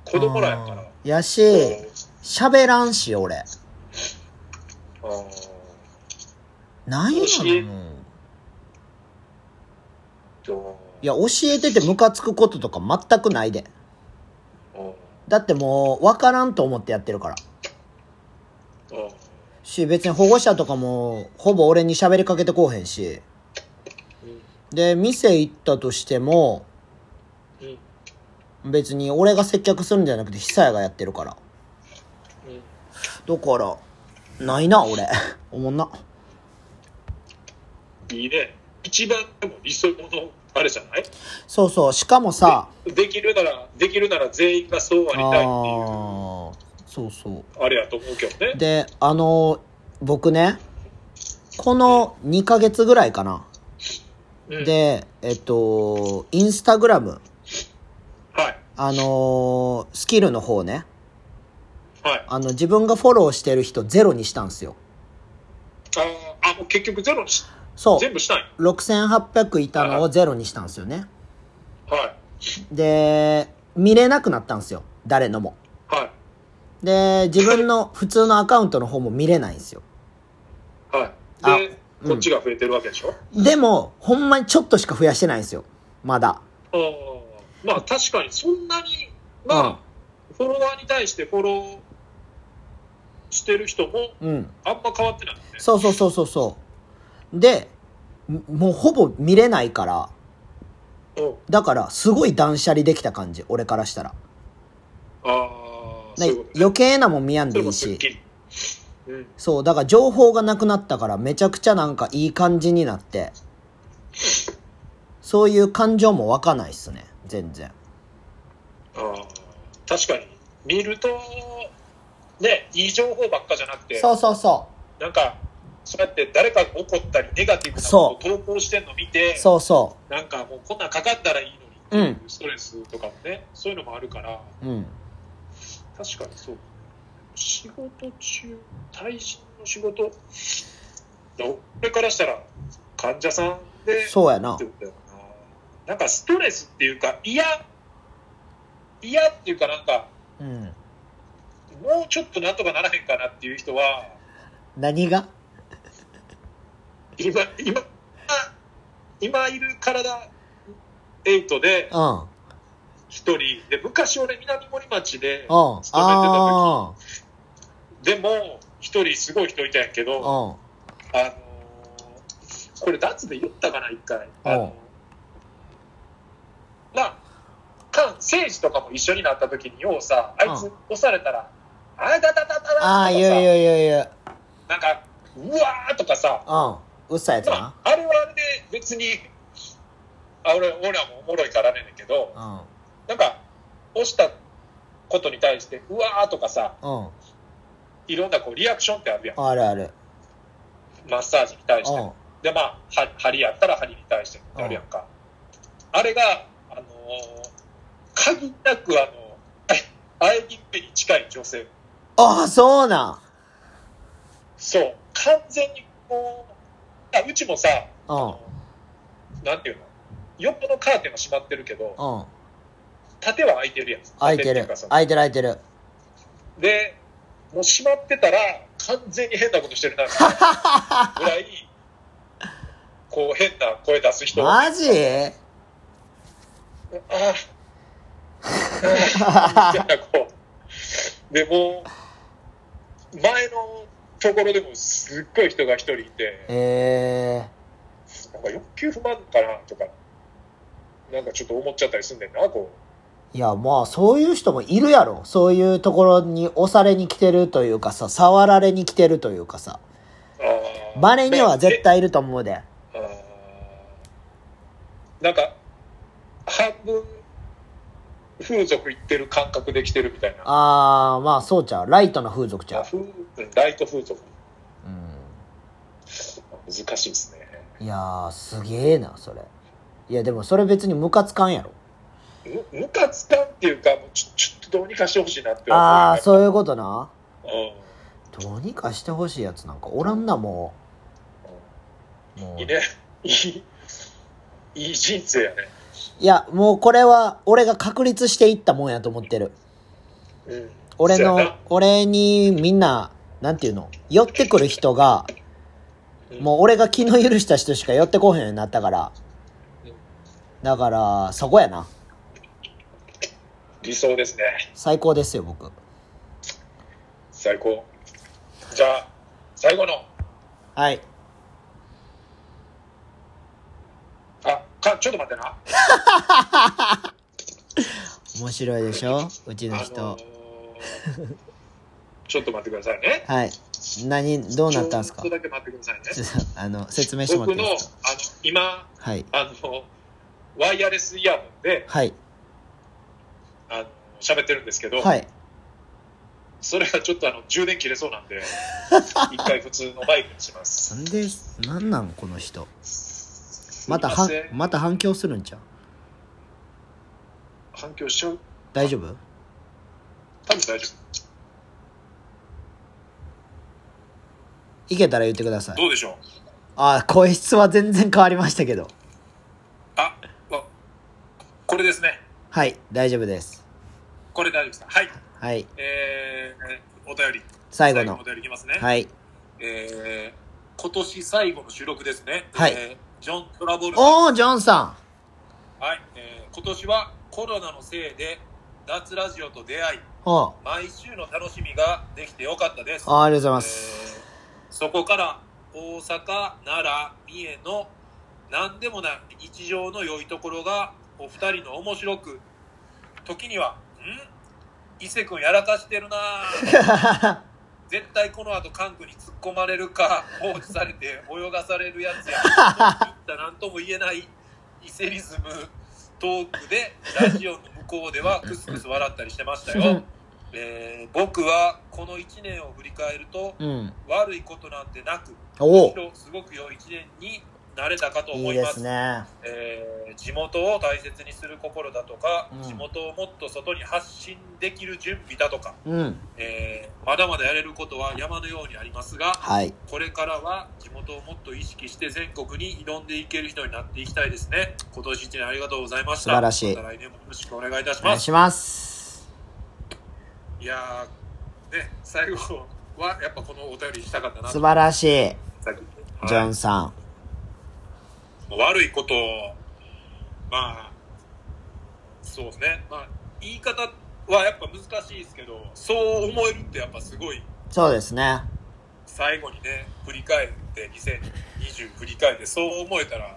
[SPEAKER 2] 子供らやから。
[SPEAKER 1] うんやし、喋らんし、俺。
[SPEAKER 2] あー
[SPEAKER 1] なんや
[SPEAKER 2] 教
[SPEAKER 1] ろ
[SPEAKER 2] え
[SPEAKER 1] もう
[SPEAKER 2] と
[SPEAKER 1] いや、教えててムカつくこととか全くないで。
[SPEAKER 2] うん
[SPEAKER 1] だってもう、わからんと思ってやってるから。
[SPEAKER 2] うん
[SPEAKER 1] し、別に保護者とかも、ほぼ俺に喋りかけてこうへんし。で、店行ったとしても、
[SPEAKER 2] うん
[SPEAKER 1] ま別に俺が接客するんじゃなくて久也がやってるから
[SPEAKER 2] うん
[SPEAKER 1] だからないな俺 おもんない
[SPEAKER 2] いね。一番でも理想のあれじゃない
[SPEAKER 1] そうそうしかもさ
[SPEAKER 2] できるなら、できるなら全員がそうあり
[SPEAKER 1] あ
[SPEAKER 2] たいっ
[SPEAKER 1] ーそうそう
[SPEAKER 2] ていう、あれやと思うけどね。
[SPEAKER 1] であの僕ねこの2ヶ月ぐらいかな、
[SPEAKER 2] うん、
[SPEAKER 1] でえっとインスタグラム
[SPEAKER 2] はい。
[SPEAKER 1] あのスキルの方ね
[SPEAKER 2] はい。あ
[SPEAKER 1] あの自分がフォローしてる人ゼロにしたんですよ
[SPEAKER 2] ーあ、もう結局ゼロにし、
[SPEAKER 1] そ
[SPEAKER 2] 全部したい。
[SPEAKER 1] う6800いたのをゼロにしたんですよね
[SPEAKER 2] はい。
[SPEAKER 1] で見れなくなったんですよ誰のも
[SPEAKER 2] は
[SPEAKER 1] で自分の普通のアカウントの方も見れないんですよ
[SPEAKER 2] い。はい。で、
[SPEAKER 1] あうん
[SPEAKER 2] こっちが増えてるわけでしょ。
[SPEAKER 1] でもほんまにちょっとしか増やしてないんですよまだ
[SPEAKER 2] あーまあ確かにそんなに、まあ、フォロワーに対してフォローしてる人も
[SPEAKER 1] うん
[SPEAKER 2] あんま変わってないね。
[SPEAKER 1] そうそうそうそうそうでんもうほぼ見れないから
[SPEAKER 2] うん。
[SPEAKER 1] だからすごい断捨離できた感じ俺からしたら
[SPEAKER 2] ああ、
[SPEAKER 1] ね
[SPEAKER 2] そういうことね。
[SPEAKER 1] 余計なもん見やん
[SPEAKER 2] そ
[SPEAKER 1] で
[SPEAKER 2] れ
[SPEAKER 1] い
[SPEAKER 2] も
[SPEAKER 1] い
[SPEAKER 2] すっ
[SPEAKER 1] し
[SPEAKER 2] きり。うん。
[SPEAKER 1] そうだから情報がなくなったからめちゃくちゃなんかいい感じになってそういう感情も湧かないっすね全然
[SPEAKER 2] あー確かに見るとねいい情報ばっかじゃなくて
[SPEAKER 1] そうそうそ
[SPEAKER 2] なんかそうやって誰かが怒ったりネガティブなことを投稿してんの見て
[SPEAKER 1] うそうそ
[SPEAKER 2] なんかもうこんなんかかったらいいのにっていうストレスとかもね、そういうのもあるから
[SPEAKER 1] ううん
[SPEAKER 2] 確かにそう仕事中対人の仕事俺からしたら患者さんで
[SPEAKER 1] そうやな
[SPEAKER 2] ってことだよななんかストレスっていうか嫌嫌っていうかなんか
[SPEAKER 1] うん
[SPEAKER 2] もうちょっとなんとかならへんかなっていう人は、
[SPEAKER 1] 何が
[SPEAKER 2] 今、今、今いる体8で
[SPEAKER 1] うん
[SPEAKER 2] 一人、で、昔俺南森町で
[SPEAKER 1] うん、ああ
[SPEAKER 2] でも一人すごい人いたんやけ
[SPEAKER 1] う
[SPEAKER 2] ど、
[SPEAKER 1] ん
[SPEAKER 2] あのーこれ脱で言ったかな、一回。あのなあ、かん、政治とかも一緒になった時に、ようさ、あいつ押されたら、あだだだだだだとか
[SPEAKER 1] ああ
[SPEAKER 2] さ
[SPEAKER 1] 言う言う言う言う
[SPEAKER 2] なんか、うわーとかさ、
[SPEAKER 1] うんうっさいやつな
[SPEAKER 2] まあ、あれはあれで別にあ俺俺らもおもろいからあれねんけど
[SPEAKER 1] うん
[SPEAKER 2] なんか押したことに対して「うわ」ーとかさ
[SPEAKER 1] うん
[SPEAKER 2] いろんなこうリアクションってあるやん
[SPEAKER 1] あるある
[SPEAKER 2] マッサージに対して
[SPEAKER 1] うん
[SPEAKER 2] もでまあは針やったら針に対してもってあるやんかあれがあのー限りなくあの 喘ぎ目に近い女性
[SPEAKER 1] ああそうなん
[SPEAKER 2] そう完全にこうあうちもさ
[SPEAKER 1] うん
[SPEAKER 2] なんていうの横のカーテンは閉まってるけど
[SPEAKER 1] うん
[SPEAKER 2] 縦は開いてるやつ。
[SPEAKER 1] 開いて
[SPEAKER 2] 縦
[SPEAKER 1] る
[SPEAKER 2] っうかその
[SPEAKER 1] 開いてる開いてる
[SPEAKER 2] で、もう閉まってたら、完全に変なことしてるな、みたいなぐらい、こう変な声出す人。あ
[SPEAKER 1] マジ
[SPEAKER 2] ーあー、みたいな、こう。でもう、前のところでもすっごい人が一人いて、
[SPEAKER 1] ええ
[SPEAKER 2] なんか欲求不満かな、とか、なんかちょっと思っちゃったりすんねんな、こう。
[SPEAKER 1] いやまあそういう人もいるやろそういうところに押されに来てるというかさ触られに来てるというかさ
[SPEAKER 2] あー
[SPEAKER 1] バレには絶対いると思うで
[SPEAKER 2] あーなんか半分風俗行ってる感覚で来てるみたいな
[SPEAKER 1] ああまあそうちゃうライトな風俗ちゃう
[SPEAKER 2] 風ライト風俗
[SPEAKER 1] う
[SPEAKER 2] 難しいですね
[SPEAKER 1] んいやーすげえなそれいやでもそれ別にムカつかんやろ
[SPEAKER 2] むむかつかんっていうかもうちょちょっとどうにかしてほしいなって思う
[SPEAKER 1] ああ
[SPEAKER 2] う、
[SPEAKER 1] そういうことな
[SPEAKER 2] う
[SPEAKER 1] どうにかしてほしいやつなんかおらんなもうも
[SPEAKER 2] ん
[SPEAKER 1] う
[SPEAKER 2] いいねいいいい人生やね
[SPEAKER 1] いやもうこれは俺が確立していったもんやと思ってる
[SPEAKER 2] うん
[SPEAKER 1] 俺
[SPEAKER 2] そうや
[SPEAKER 1] の
[SPEAKER 2] な
[SPEAKER 1] 俺にみんななんていうの寄ってくる人が
[SPEAKER 2] うん
[SPEAKER 1] もう俺が気の許した人しか寄ってこへんようになったから
[SPEAKER 2] うん
[SPEAKER 1] だからそこやな
[SPEAKER 2] 理想ですね
[SPEAKER 1] 最高ですよ僕
[SPEAKER 2] 最高じゃあ最後の
[SPEAKER 1] はい
[SPEAKER 2] あかちょっと待ってな
[SPEAKER 1] 面白いでしょうちの人。
[SPEAKER 2] あのーちょっと待ってくださいね。
[SPEAKER 1] はい。何、どうなったんですか
[SPEAKER 2] ちょっとだけ待ってくださいね。
[SPEAKER 1] ちょっと あの、説明してもらっ
[SPEAKER 2] 僕
[SPEAKER 1] て
[SPEAKER 2] の、
[SPEAKER 1] いい
[SPEAKER 2] あ
[SPEAKER 1] で
[SPEAKER 2] の
[SPEAKER 1] すか、
[SPEAKER 2] 今、
[SPEAKER 1] はい。
[SPEAKER 2] あの、ワイヤレスイヤホンで、
[SPEAKER 1] はい。
[SPEAKER 2] あの、喋ってるんですけど、
[SPEAKER 1] はい。
[SPEAKER 2] それがちょっとあの、充電切れそうな んで、一回普通のマイクにします。
[SPEAKER 1] なんで、なんなんこの人。
[SPEAKER 2] すい
[SPEAKER 1] また
[SPEAKER 2] ま
[SPEAKER 1] は
[SPEAKER 2] せ、ん
[SPEAKER 1] また反響するんちゃう
[SPEAKER 2] 反響しちゃう
[SPEAKER 1] 大丈夫
[SPEAKER 2] 多分大丈
[SPEAKER 1] いけたら言ってくださ
[SPEAKER 2] 夫。
[SPEAKER 1] い。
[SPEAKER 2] どうでしょう
[SPEAKER 1] あ、声質は全然変わりましたけど。
[SPEAKER 2] あ、あこれですね。
[SPEAKER 1] はい、大丈夫です。
[SPEAKER 2] これ大丈夫ですか。はい。
[SPEAKER 1] はい。
[SPEAKER 2] えー、お便り。
[SPEAKER 1] 最後の
[SPEAKER 2] お。便りいきますね。
[SPEAKER 1] はい。
[SPEAKER 2] えー、今年最後の収録ですね。
[SPEAKER 1] はい
[SPEAKER 2] えージョン・トラボルタ。は
[SPEAKER 1] おー、ジョンさ
[SPEAKER 2] い。えー今年はコロナのせいで、脱ラジオと出会い、
[SPEAKER 1] んお
[SPEAKER 2] 毎週の楽しみができてよかったです。
[SPEAKER 1] あありがとうございます。
[SPEAKER 2] えーそこから大阪、奈良、三重の何でもない日常の良いところがお二人の面白く、時には、ん伊勢くんやらかしてるな ぁ絶対この後カン君に突っ込まれるか、放置されて泳がされるや つや、といった何とも言えない伊勢リズムトークで、ラジオの向こうではクスクス笑ったりしてまし たよ。えー僕はこの1年を振り返ると
[SPEAKER 1] うん。
[SPEAKER 2] 悪いことなんてなく
[SPEAKER 1] お
[SPEAKER 2] むし
[SPEAKER 1] ー
[SPEAKER 2] ろすごく良い1年になれたかと
[SPEAKER 1] い
[SPEAKER 2] 思
[SPEAKER 1] い
[SPEAKER 2] い
[SPEAKER 1] で
[SPEAKER 2] ます
[SPEAKER 1] すね。
[SPEAKER 2] えー地元を大切にする心だとか、
[SPEAKER 1] うん
[SPEAKER 2] 地元をもっと外に発信できる準備だとか、
[SPEAKER 1] うん。
[SPEAKER 2] えーまだまだやれることは山のようにありますが
[SPEAKER 1] はい。
[SPEAKER 2] これからは地元をもっと意識して全国に挑んでいける人になっていきたいですね今年1年ありがとうございました
[SPEAKER 1] 素晴らしい
[SPEAKER 2] また来年もよろしくお願いいたし
[SPEAKER 1] お願
[SPEAKER 2] ま
[SPEAKER 1] い
[SPEAKER 2] す
[SPEAKER 1] します。
[SPEAKER 2] いやー、ね、最後はやっぱこのお便りしたかったな
[SPEAKER 1] 素晴らしい、
[SPEAKER 2] さっき
[SPEAKER 1] ジョンさん。
[SPEAKER 2] はい悪いことを、まあ、そうですね、まあ、言い方はやっぱ難しいですけど、そう思えるってやっぱすごい、
[SPEAKER 1] そうですね。
[SPEAKER 2] 最後にね、振り返って、2020振り返って、そう思えたら、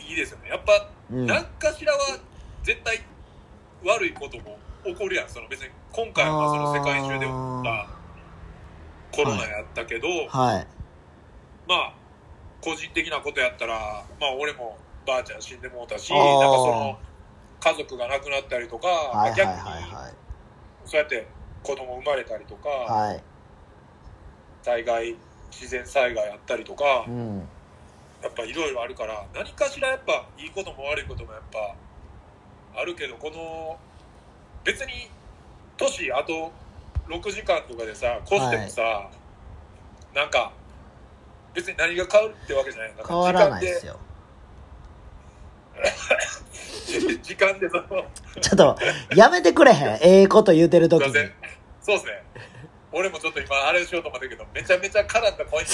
[SPEAKER 2] いいですよね。やっぱ、
[SPEAKER 1] うん。
[SPEAKER 2] 何かしらは絶対悪いことも起こるやんその別に今回はその世界中で起こったコロナやったけど、
[SPEAKER 1] はい。
[SPEAKER 2] まあ個人的なことやったらまあ俺もばあちゃん死んでもうたし
[SPEAKER 1] あ
[SPEAKER 2] な
[SPEAKER 1] ー
[SPEAKER 2] んかその家族が亡くなったりとか、
[SPEAKER 1] はいはい
[SPEAKER 2] 逆
[SPEAKER 1] は
[SPEAKER 2] にそうやって子供生まれたりとか、
[SPEAKER 1] いはい。はい。
[SPEAKER 2] 災害自然災害やったりとか、
[SPEAKER 1] うん。
[SPEAKER 2] やっぱいろいろあるから何かしらやっぱいいことも悪いこともやっぱあるけどこの別に年あと6時間とかでさ越してもさ、なんか別に何が変わるってわけじゃないんだ
[SPEAKER 1] 変わらないですよ。
[SPEAKER 2] 時間で時間でその
[SPEAKER 1] ちょっと、やめてくれへん。ええこと言うてるとき
[SPEAKER 2] すいま
[SPEAKER 1] に
[SPEAKER 2] せ。んそうですね俺もちょっと今あれしようと思ったけどめちゃめちゃ絡んだポイント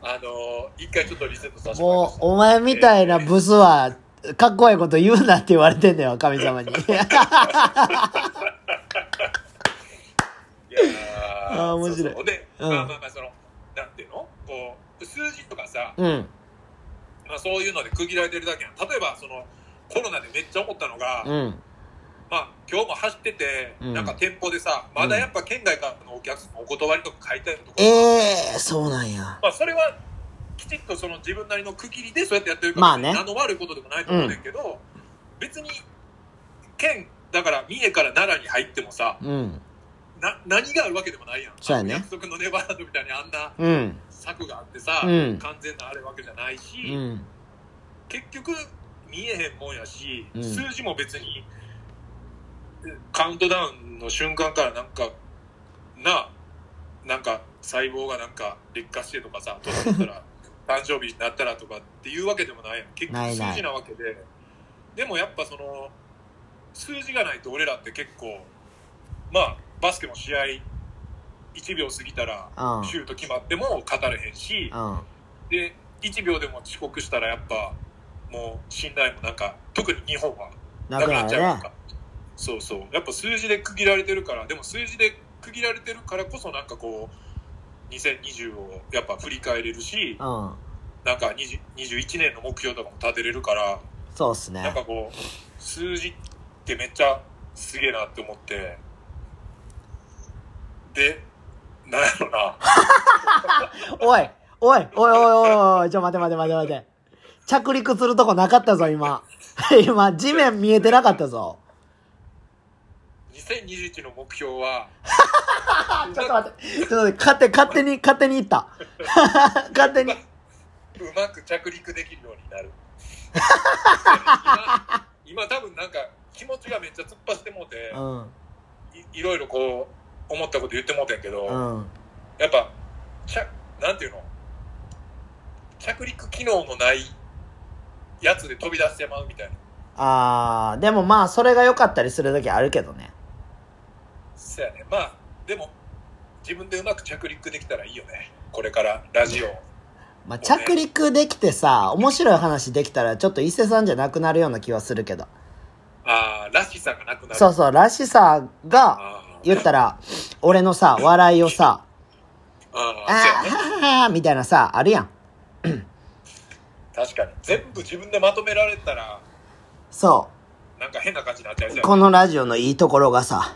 [SPEAKER 2] あの一回ちょっとリセットさせてもらいま
[SPEAKER 1] も
[SPEAKER 2] し
[SPEAKER 1] う、お前みたいなブスは、かっこいいこと言うなって言われてんだよ、神様に。
[SPEAKER 2] たいやー
[SPEAKER 1] あー面白い
[SPEAKER 2] そうそうで、
[SPEAKER 1] うん
[SPEAKER 2] まあまあまあそのなんていうのこう数字とかさ
[SPEAKER 1] うん。
[SPEAKER 2] まあ、そういうので区切られてるだけやん例えばそのコロナでめっちゃ思ったのが、
[SPEAKER 1] うん。
[SPEAKER 2] まあ、今日も走ってて、
[SPEAKER 1] うん
[SPEAKER 2] なんか店舗でさまだやっぱ県外からのお客さんのお断りとか書いてあるとこ
[SPEAKER 1] え
[SPEAKER 2] ろ、
[SPEAKER 1] えそうなんや。
[SPEAKER 2] まあ、それはきちっとその自分なりの区切りでそうやってやってるから、
[SPEAKER 1] まあね
[SPEAKER 2] 何の悪いことでもないと思うねんけど、別に県だから三重から奈良に入ってもさ
[SPEAKER 1] うん。
[SPEAKER 2] な何があるわけでもないやん
[SPEAKER 1] そうやね
[SPEAKER 2] 約束のネバーランドみたいにあんな
[SPEAKER 1] うん。
[SPEAKER 2] 策があってさ、
[SPEAKER 1] うん
[SPEAKER 2] 完全なあれわけじゃないし、
[SPEAKER 1] うん。
[SPEAKER 2] 結局見えへんもんやし、
[SPEAKER 1] うん
[SPEAKER 2] 数字も別にカウントダウンの瞬間からなんかななんか細胞がなんか劣化してとかさ年取った ら誕生日になったらとかっていうわけでもないやん結
[SPEAKER 1] な
[SPEAKER 2] 局
[SPEAKER 1] いない
[SPEAKER 2] 数字なわけででもやっぱその数字がないと俺らって結構まあバスケの試合1秒過ぎたら
[SPEAKER 1] うん。
[SPEAKER 2] シュート決まっても勝たれへんし、
[SPEAKER 1] うん。
[SPEAKER 2] で1秒でも遅刻したらやっぱもう信頼もなんか特に日本は
[SPEAKER 1] なくなる
[SPEAKER 2] やん
[SPEAKER 1] ね。
[SPEAKER 2] かそうそうやっぱ数字で区切られてるからでも数字で区切られてるからこそなんかこう2020をやっぱ振り返れるし
[SPEAKER 1] うん。
[SPEAKER 2] なんか20 21年の目標とかも立てれるから
[SPEAKER 1] そうっすね
[SPEAKER 2] なんかこう、数字ってめっちゃすげえなって思って、で、なんやろな、
[SPEAKER 1] おいおいおいおいおいおいちょ待て待て待て待て着陸するとこなかったぞ今 今地面見えてなかったぞ
[SPEAKER 2] 2021の目標は、
[SPEAKER 1] あ ちょっと待ってちょっと待って勝手勝手に勝手に行った 勝手に
[SPEAKER 2] うまく着陸できるよう になる。今、今多分なんか気持ちがめっちゃ突っ走ってもうて
[SPEAKER 1] う、ん
[SPEAKER 2] いいろいろこう、思ったこと言ってもうてんけど、
[SPEAKER 1] うん
[SPEAKER 2] やっぱ、着、なんていうの着陸機能のないやつで飛び出してまうみたいな。
[SPEAKER 1] あーでもまあそれが良かったりする時あるけどね
[SPEAKER 2] そうやね。まあ、でも、自分でうまく着陸できたらいいよね。これから、ラジオ。
[SPEAKER 1] まあ、着陸できてさ面白い話できたらちょっと伊勢さんじゃなくなるような気はするけど
[SPEAKER 2] ああ、らしさがなくなる。
[SPEAKER 1] そうそうらしさが
[SPEAKER 2] あー
[SPEAKER 1] 言ったら俺のさ笑いをさ「
[SPEAKER 2] あー、
[SPEAKER 1] あ
[SPEAKER 2] そう
[SPEAKER 1] ー
[SPEAKER 2] やね。
[SPEAKER 1] はははみたいなさあるやん
[SPEAKER 2] 確かに。全部自分でまとめられたら、
[SPEAKER 1] そ
[SPEAKER 2] なんか変な感じになっちゃうじ
[SPEAKER 1] う
[SPEAKER 2] ゃん。
[SPEAKER 1] このラジオのいいところがさ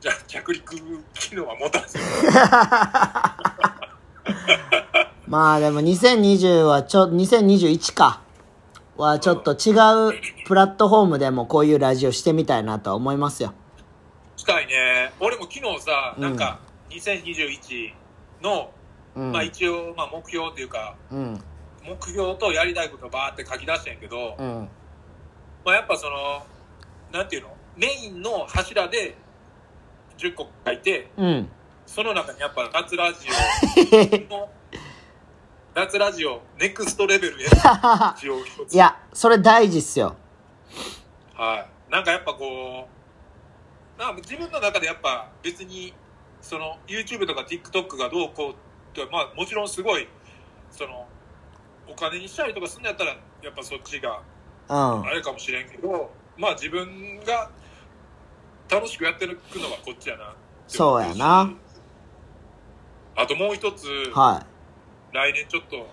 [SPEAKER 2] じゃあ着陸機能は持たず。
[SPEAKER 1] まあでも2020はちょ2021かはちょっと違うプラットフォームでもこういうラジオしてみたいなとは思いますよ
[SPEAKER 2] したいね。俺も昨日さ、
[SPEAKER 1] うん
[SPEAKER 2] なんか、2021の、
[SPEAKER 1] うん
[SPEAKER 2] まあ一応、まあ目標っていうか、
[SPEAKER 1] うん
[SPEAKER 2] 目標とやりたいことバーって書き出してんやけど、
[SPEAKER 1] うん
[SPEAKER 2] まあ、やっぱその、なんていうの、メインの柱で10個書いて、
[SPEAKER 1] うん
[SPEAKER 2] その中にやっぱ脱ラジオの、脱ラジオ、ネクストレベルへの一応一つ。
[SPEAKER 1] いやそれ大事っすよ
[SPEAKER 2] はい。なんかやっぱこう、なんか自分の中でやっぱ別に、その YouTube とか TikTok がどうこうって、まあもちろんすごい、その、お金にしたりとかするんやったら、やっぱそっちが
[SPEAKER 1] うん
[SPEAKER 2] あれかもしれんけど、まあ自分が楽しくやってるくのはこっちやな。
[SPEAKER 1] そうやな。
[SPEAKER 2] あともう一つ、
[SPEAKER 1] はい
[SPEAKER 2] 来年ちょっと、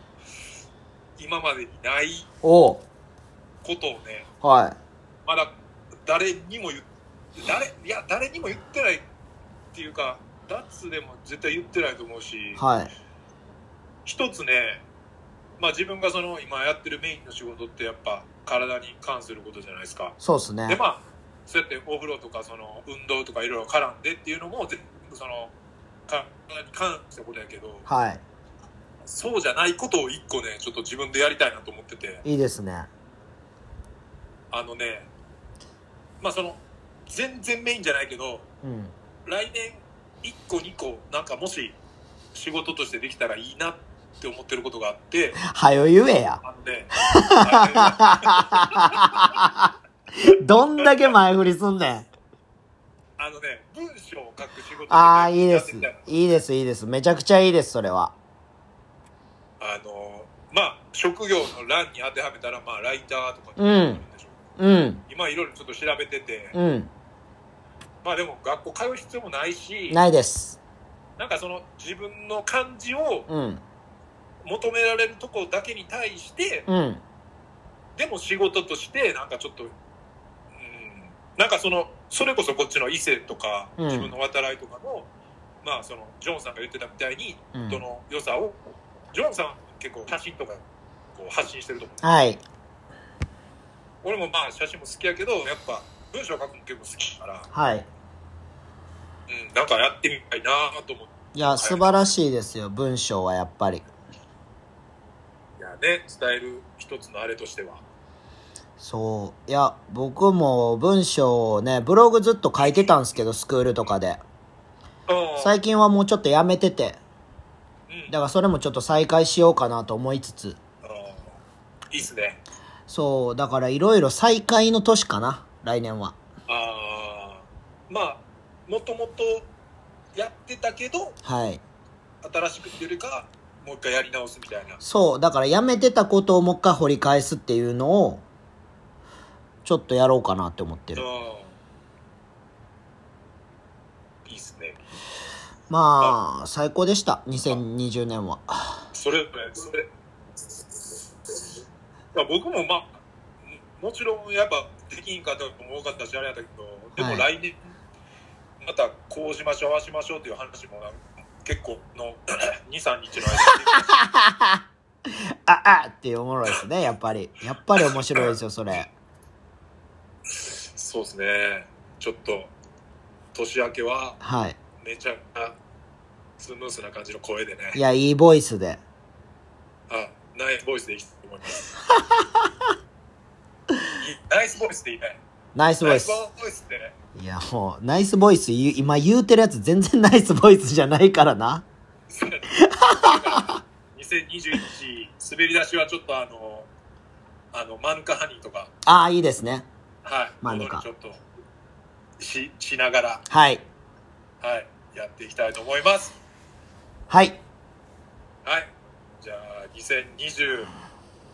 [SPEAKER 2] 今までにない
[SPEAKER 1] おう
[SPEAKER 2] ことをね、
[SPEAKER 1] はい
[SPEAKER 2] まだ誰にも言っ誰、いや、誰にも言ってないっていうか、ダッツでも絶対言ってないと思うし、
[SPEAKER 1] はい。
[SPEAKER 2] 一つね、まあ自分がその今やってるメインの仕事ってやっぱ体に関することじゃないですか。
[SPEAKER 1] そうっす
[SPEAKER 2] で
[SPEAKER 1] ね。
[SPEAKER 2] まあそうやってお風呂とかその運動とかいろいろ絡んでっていうのも全部そのか関してことやけど
[SPEAKER 1] は
[SPEAKER 2] そうじゃないことを一個ねちょっと自分でやりたいなと思ってて
[SPEAKER 1] い。いいですね。
[SPEAKER 2] あのねまあその全然メインじゃないけど
[SPEAKER 1] うん。
[SPEAKER 2] 来年1個2個なんかもし仕事としてできたらいいなって思ってることがあって
[SPEAKER 1] はよ言えや。
[SPEAKER 2] あの ねあ
[SPEAKER 1] どんだけ前振りすんねん。
[SPEAKER 2] のね文章を書く仕事と
[SPEAKER 1] あ
[SPEAKER 2] か
[SPEAKER 1] あ、いいで
[SPEAKER 2] やって
[SPEAKER 1] す
[SPEAKER 2] みたいな。
[SPEAKER 1] いいです、いいです。めちゃくちゃいいです、それは。
[SPEAKER 2] あのまあ職業の欄に当てはめたらまあライターとか
[SPEAKER 1] う
[SPEAKER 2] に
[SPEAKER 1] ん
[SPEAKER 2] なるんでしょ
[SPEAKER 1] うん。
[SPEAKER 2] 今いろいろちょっと調べてて、
[SPEAKER 1] うん。
[SPEAKER 2] まあでも学校通う必要もないしな
[SPEAKER 1] ないです。
[SPEAKER 2] んかその自分の感じを
[SPEAKER 1] うん。
[SPEAKER 2] 求められるとこだけに対して、
[SPEAKER 1] うん。
[SPEAKER 2] でも仕事としてなんかちょっとうんなんかそのそれこそこっちの伊勢とか、
[SPEAKER 1] うん
[SPEAKER 2] 自分の渡来とかのまあそのジョンさんが言ってたみたいに、
[SPEAKER 1] うん
[SPEAKER 2] その良さをジョンさん結構写真とかこう発信してると思う
[SPEAKER 1] はい。
[SPEAKER 2] 俺もまあ写真も好きやけどやっぱ文章書くの結構好きだから、
[SPEAKER 1] はい。
[SPEAKER 2] うん、なんかやってみたいなと思って
[SPEAKER 1] いや、素晴らしいですよ、文章はやっぱり。
[SPEAKER 2] いやね伝える一つのあれとしては
[SPEAKER 1] そう。いや、僕も文章をね、ブログずっと書いてたんですけど、スクールとかで。最近はもうちょっとやめてて。
[SPEAKER 2] うん
[SPEAKER 1] だからそれもちょっと再開しようかなと思いつつ。
[SPEAKER 2] あのいいっすね
[SPEAKER 1] そう、だからいろいろ再開の年かな、来年は。
[SPEAKER 2] あーまあもともとやってたけど
[SPEAKER 1] はい。
[SPEAKER 2] 新しくっていうよりかもう一回やり直すみたいな
[SPEAKER 1] そう、だからやめてたことをもう一回掘り返すっていうのを、ちょっとやろうかなって思ってる。
[SPEAKER 2] うんいいっすね
[SPEAKER 1] まあ、最高でした、2020年は。
[SPEAKER 2] それそれまあ、僕もまあ、ももちろんやっぱできんかったことも多かったし、あれやったけど、でも来年、またこうしましょう、ああしましょうっていう話もなんか、結構の 2、3日の間に
[SPEAKER 1] ああっていうおもろいですね、やっぱり。やっぱり面白いですよ、それ。
[SPEAKER 2] そうですね。ちょっと、年明けは
[SPEAKER 1] はい。
[SPEAKER 2] めちゃくちゃスムースな感じの声でね
[SPEAKER 1] い、や、いいボイスで。
[SPEAKER 2] あナイスボイスでいいと思い ます。いナイスボイスでいいね。
[SPEAKER 1] ナイスボ
[SPEAKER 2] ナ
[SPEAKER 1] イ
[SPEAKER 2] イ
[SPEAKER 1] ス
[SPEAKER 2] ス。ボイスでね。
[SPEAKER 1] いや、もう、ナイスボイス言う、今言うてるやつ全然ナイスボイスじゃないからな。
[SPEAKER 2] 2021滑り出しはちょっとあの、あの、マヌカハニーとか、
[SPEAKER 1] ああ、いいですね。
[SPEAKER 2] はい、
[SPEAKER 1] マヌカ
[SPEAKER 2] ちょっとし、しながら、
[SPEAKER 1] はい。
[SPEAKER 2] はい、やっていきたいと思います。
[SPEAKER 1] はい。
[SPEAKER 2] はい。じゃあ、2020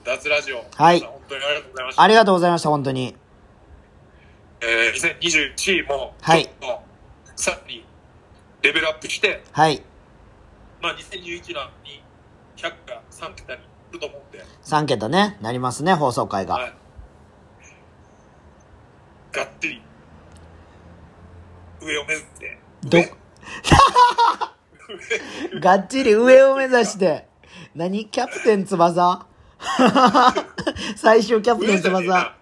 [SPEAKER 2] 脱ラジオ。
[SPEAKER 1] はい
[SPEAKER 2] 皆さん本当にありがとうございました。
[SPEAKER 1] ありがとうございました、本当に。
[SPEAKER 2] えー、2021も、
[SPEAKER 1] はい。
[SPEAKER 2] もうさらにレベルアップして、
[SPEAKER 1] はい。
[SPEAKER 2] まあ、2011なのに100か3桁にいると思うんで、
[SPEAKER 1] 3桁ね、なりますね、放送回が。
[SPEAKER 2] はい、がっつり上を目指して
[SPEAKER 1] ど、 がっちり上を目指して。何キャプテン翼 最終キャプテ
[SPEAKER 2] 上
[SPEAKER 1] ン
[SPEAKER 2] じゃない
[SPEAKER 1] 翼
[SPEAKER 2] な。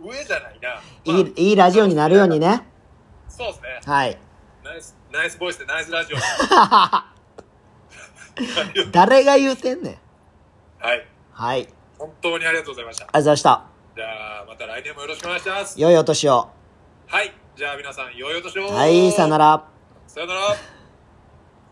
[SPEAKER 2] 上じゃないな、まあ
[SPEAKER 1] いい、いいラジオになるようにね。
[SPEAKER 2] そうですね
[SPEAKER 1] はい。
[SPEAKER 2] ナイスナイスボイスでナイスラ ジオ
[SPEAKER 1] 誰が言うてんねん。
[SPEAKER 2] はい
[SPEAKER 1] はい。ありがとう
[SPEAKER 2] 本当にありがとうございました
[SPEAKER 1] ございました。
[SPEAKER 2] じゃあまた来年もよろしくお願いします
[SPEAKER 1] 良いお年を。
[SPEAKER 2] はいじゃあ皆さん良いお年を
[SPEAKER 1] はい、さよなら。
[SPEAKER 2] さよなら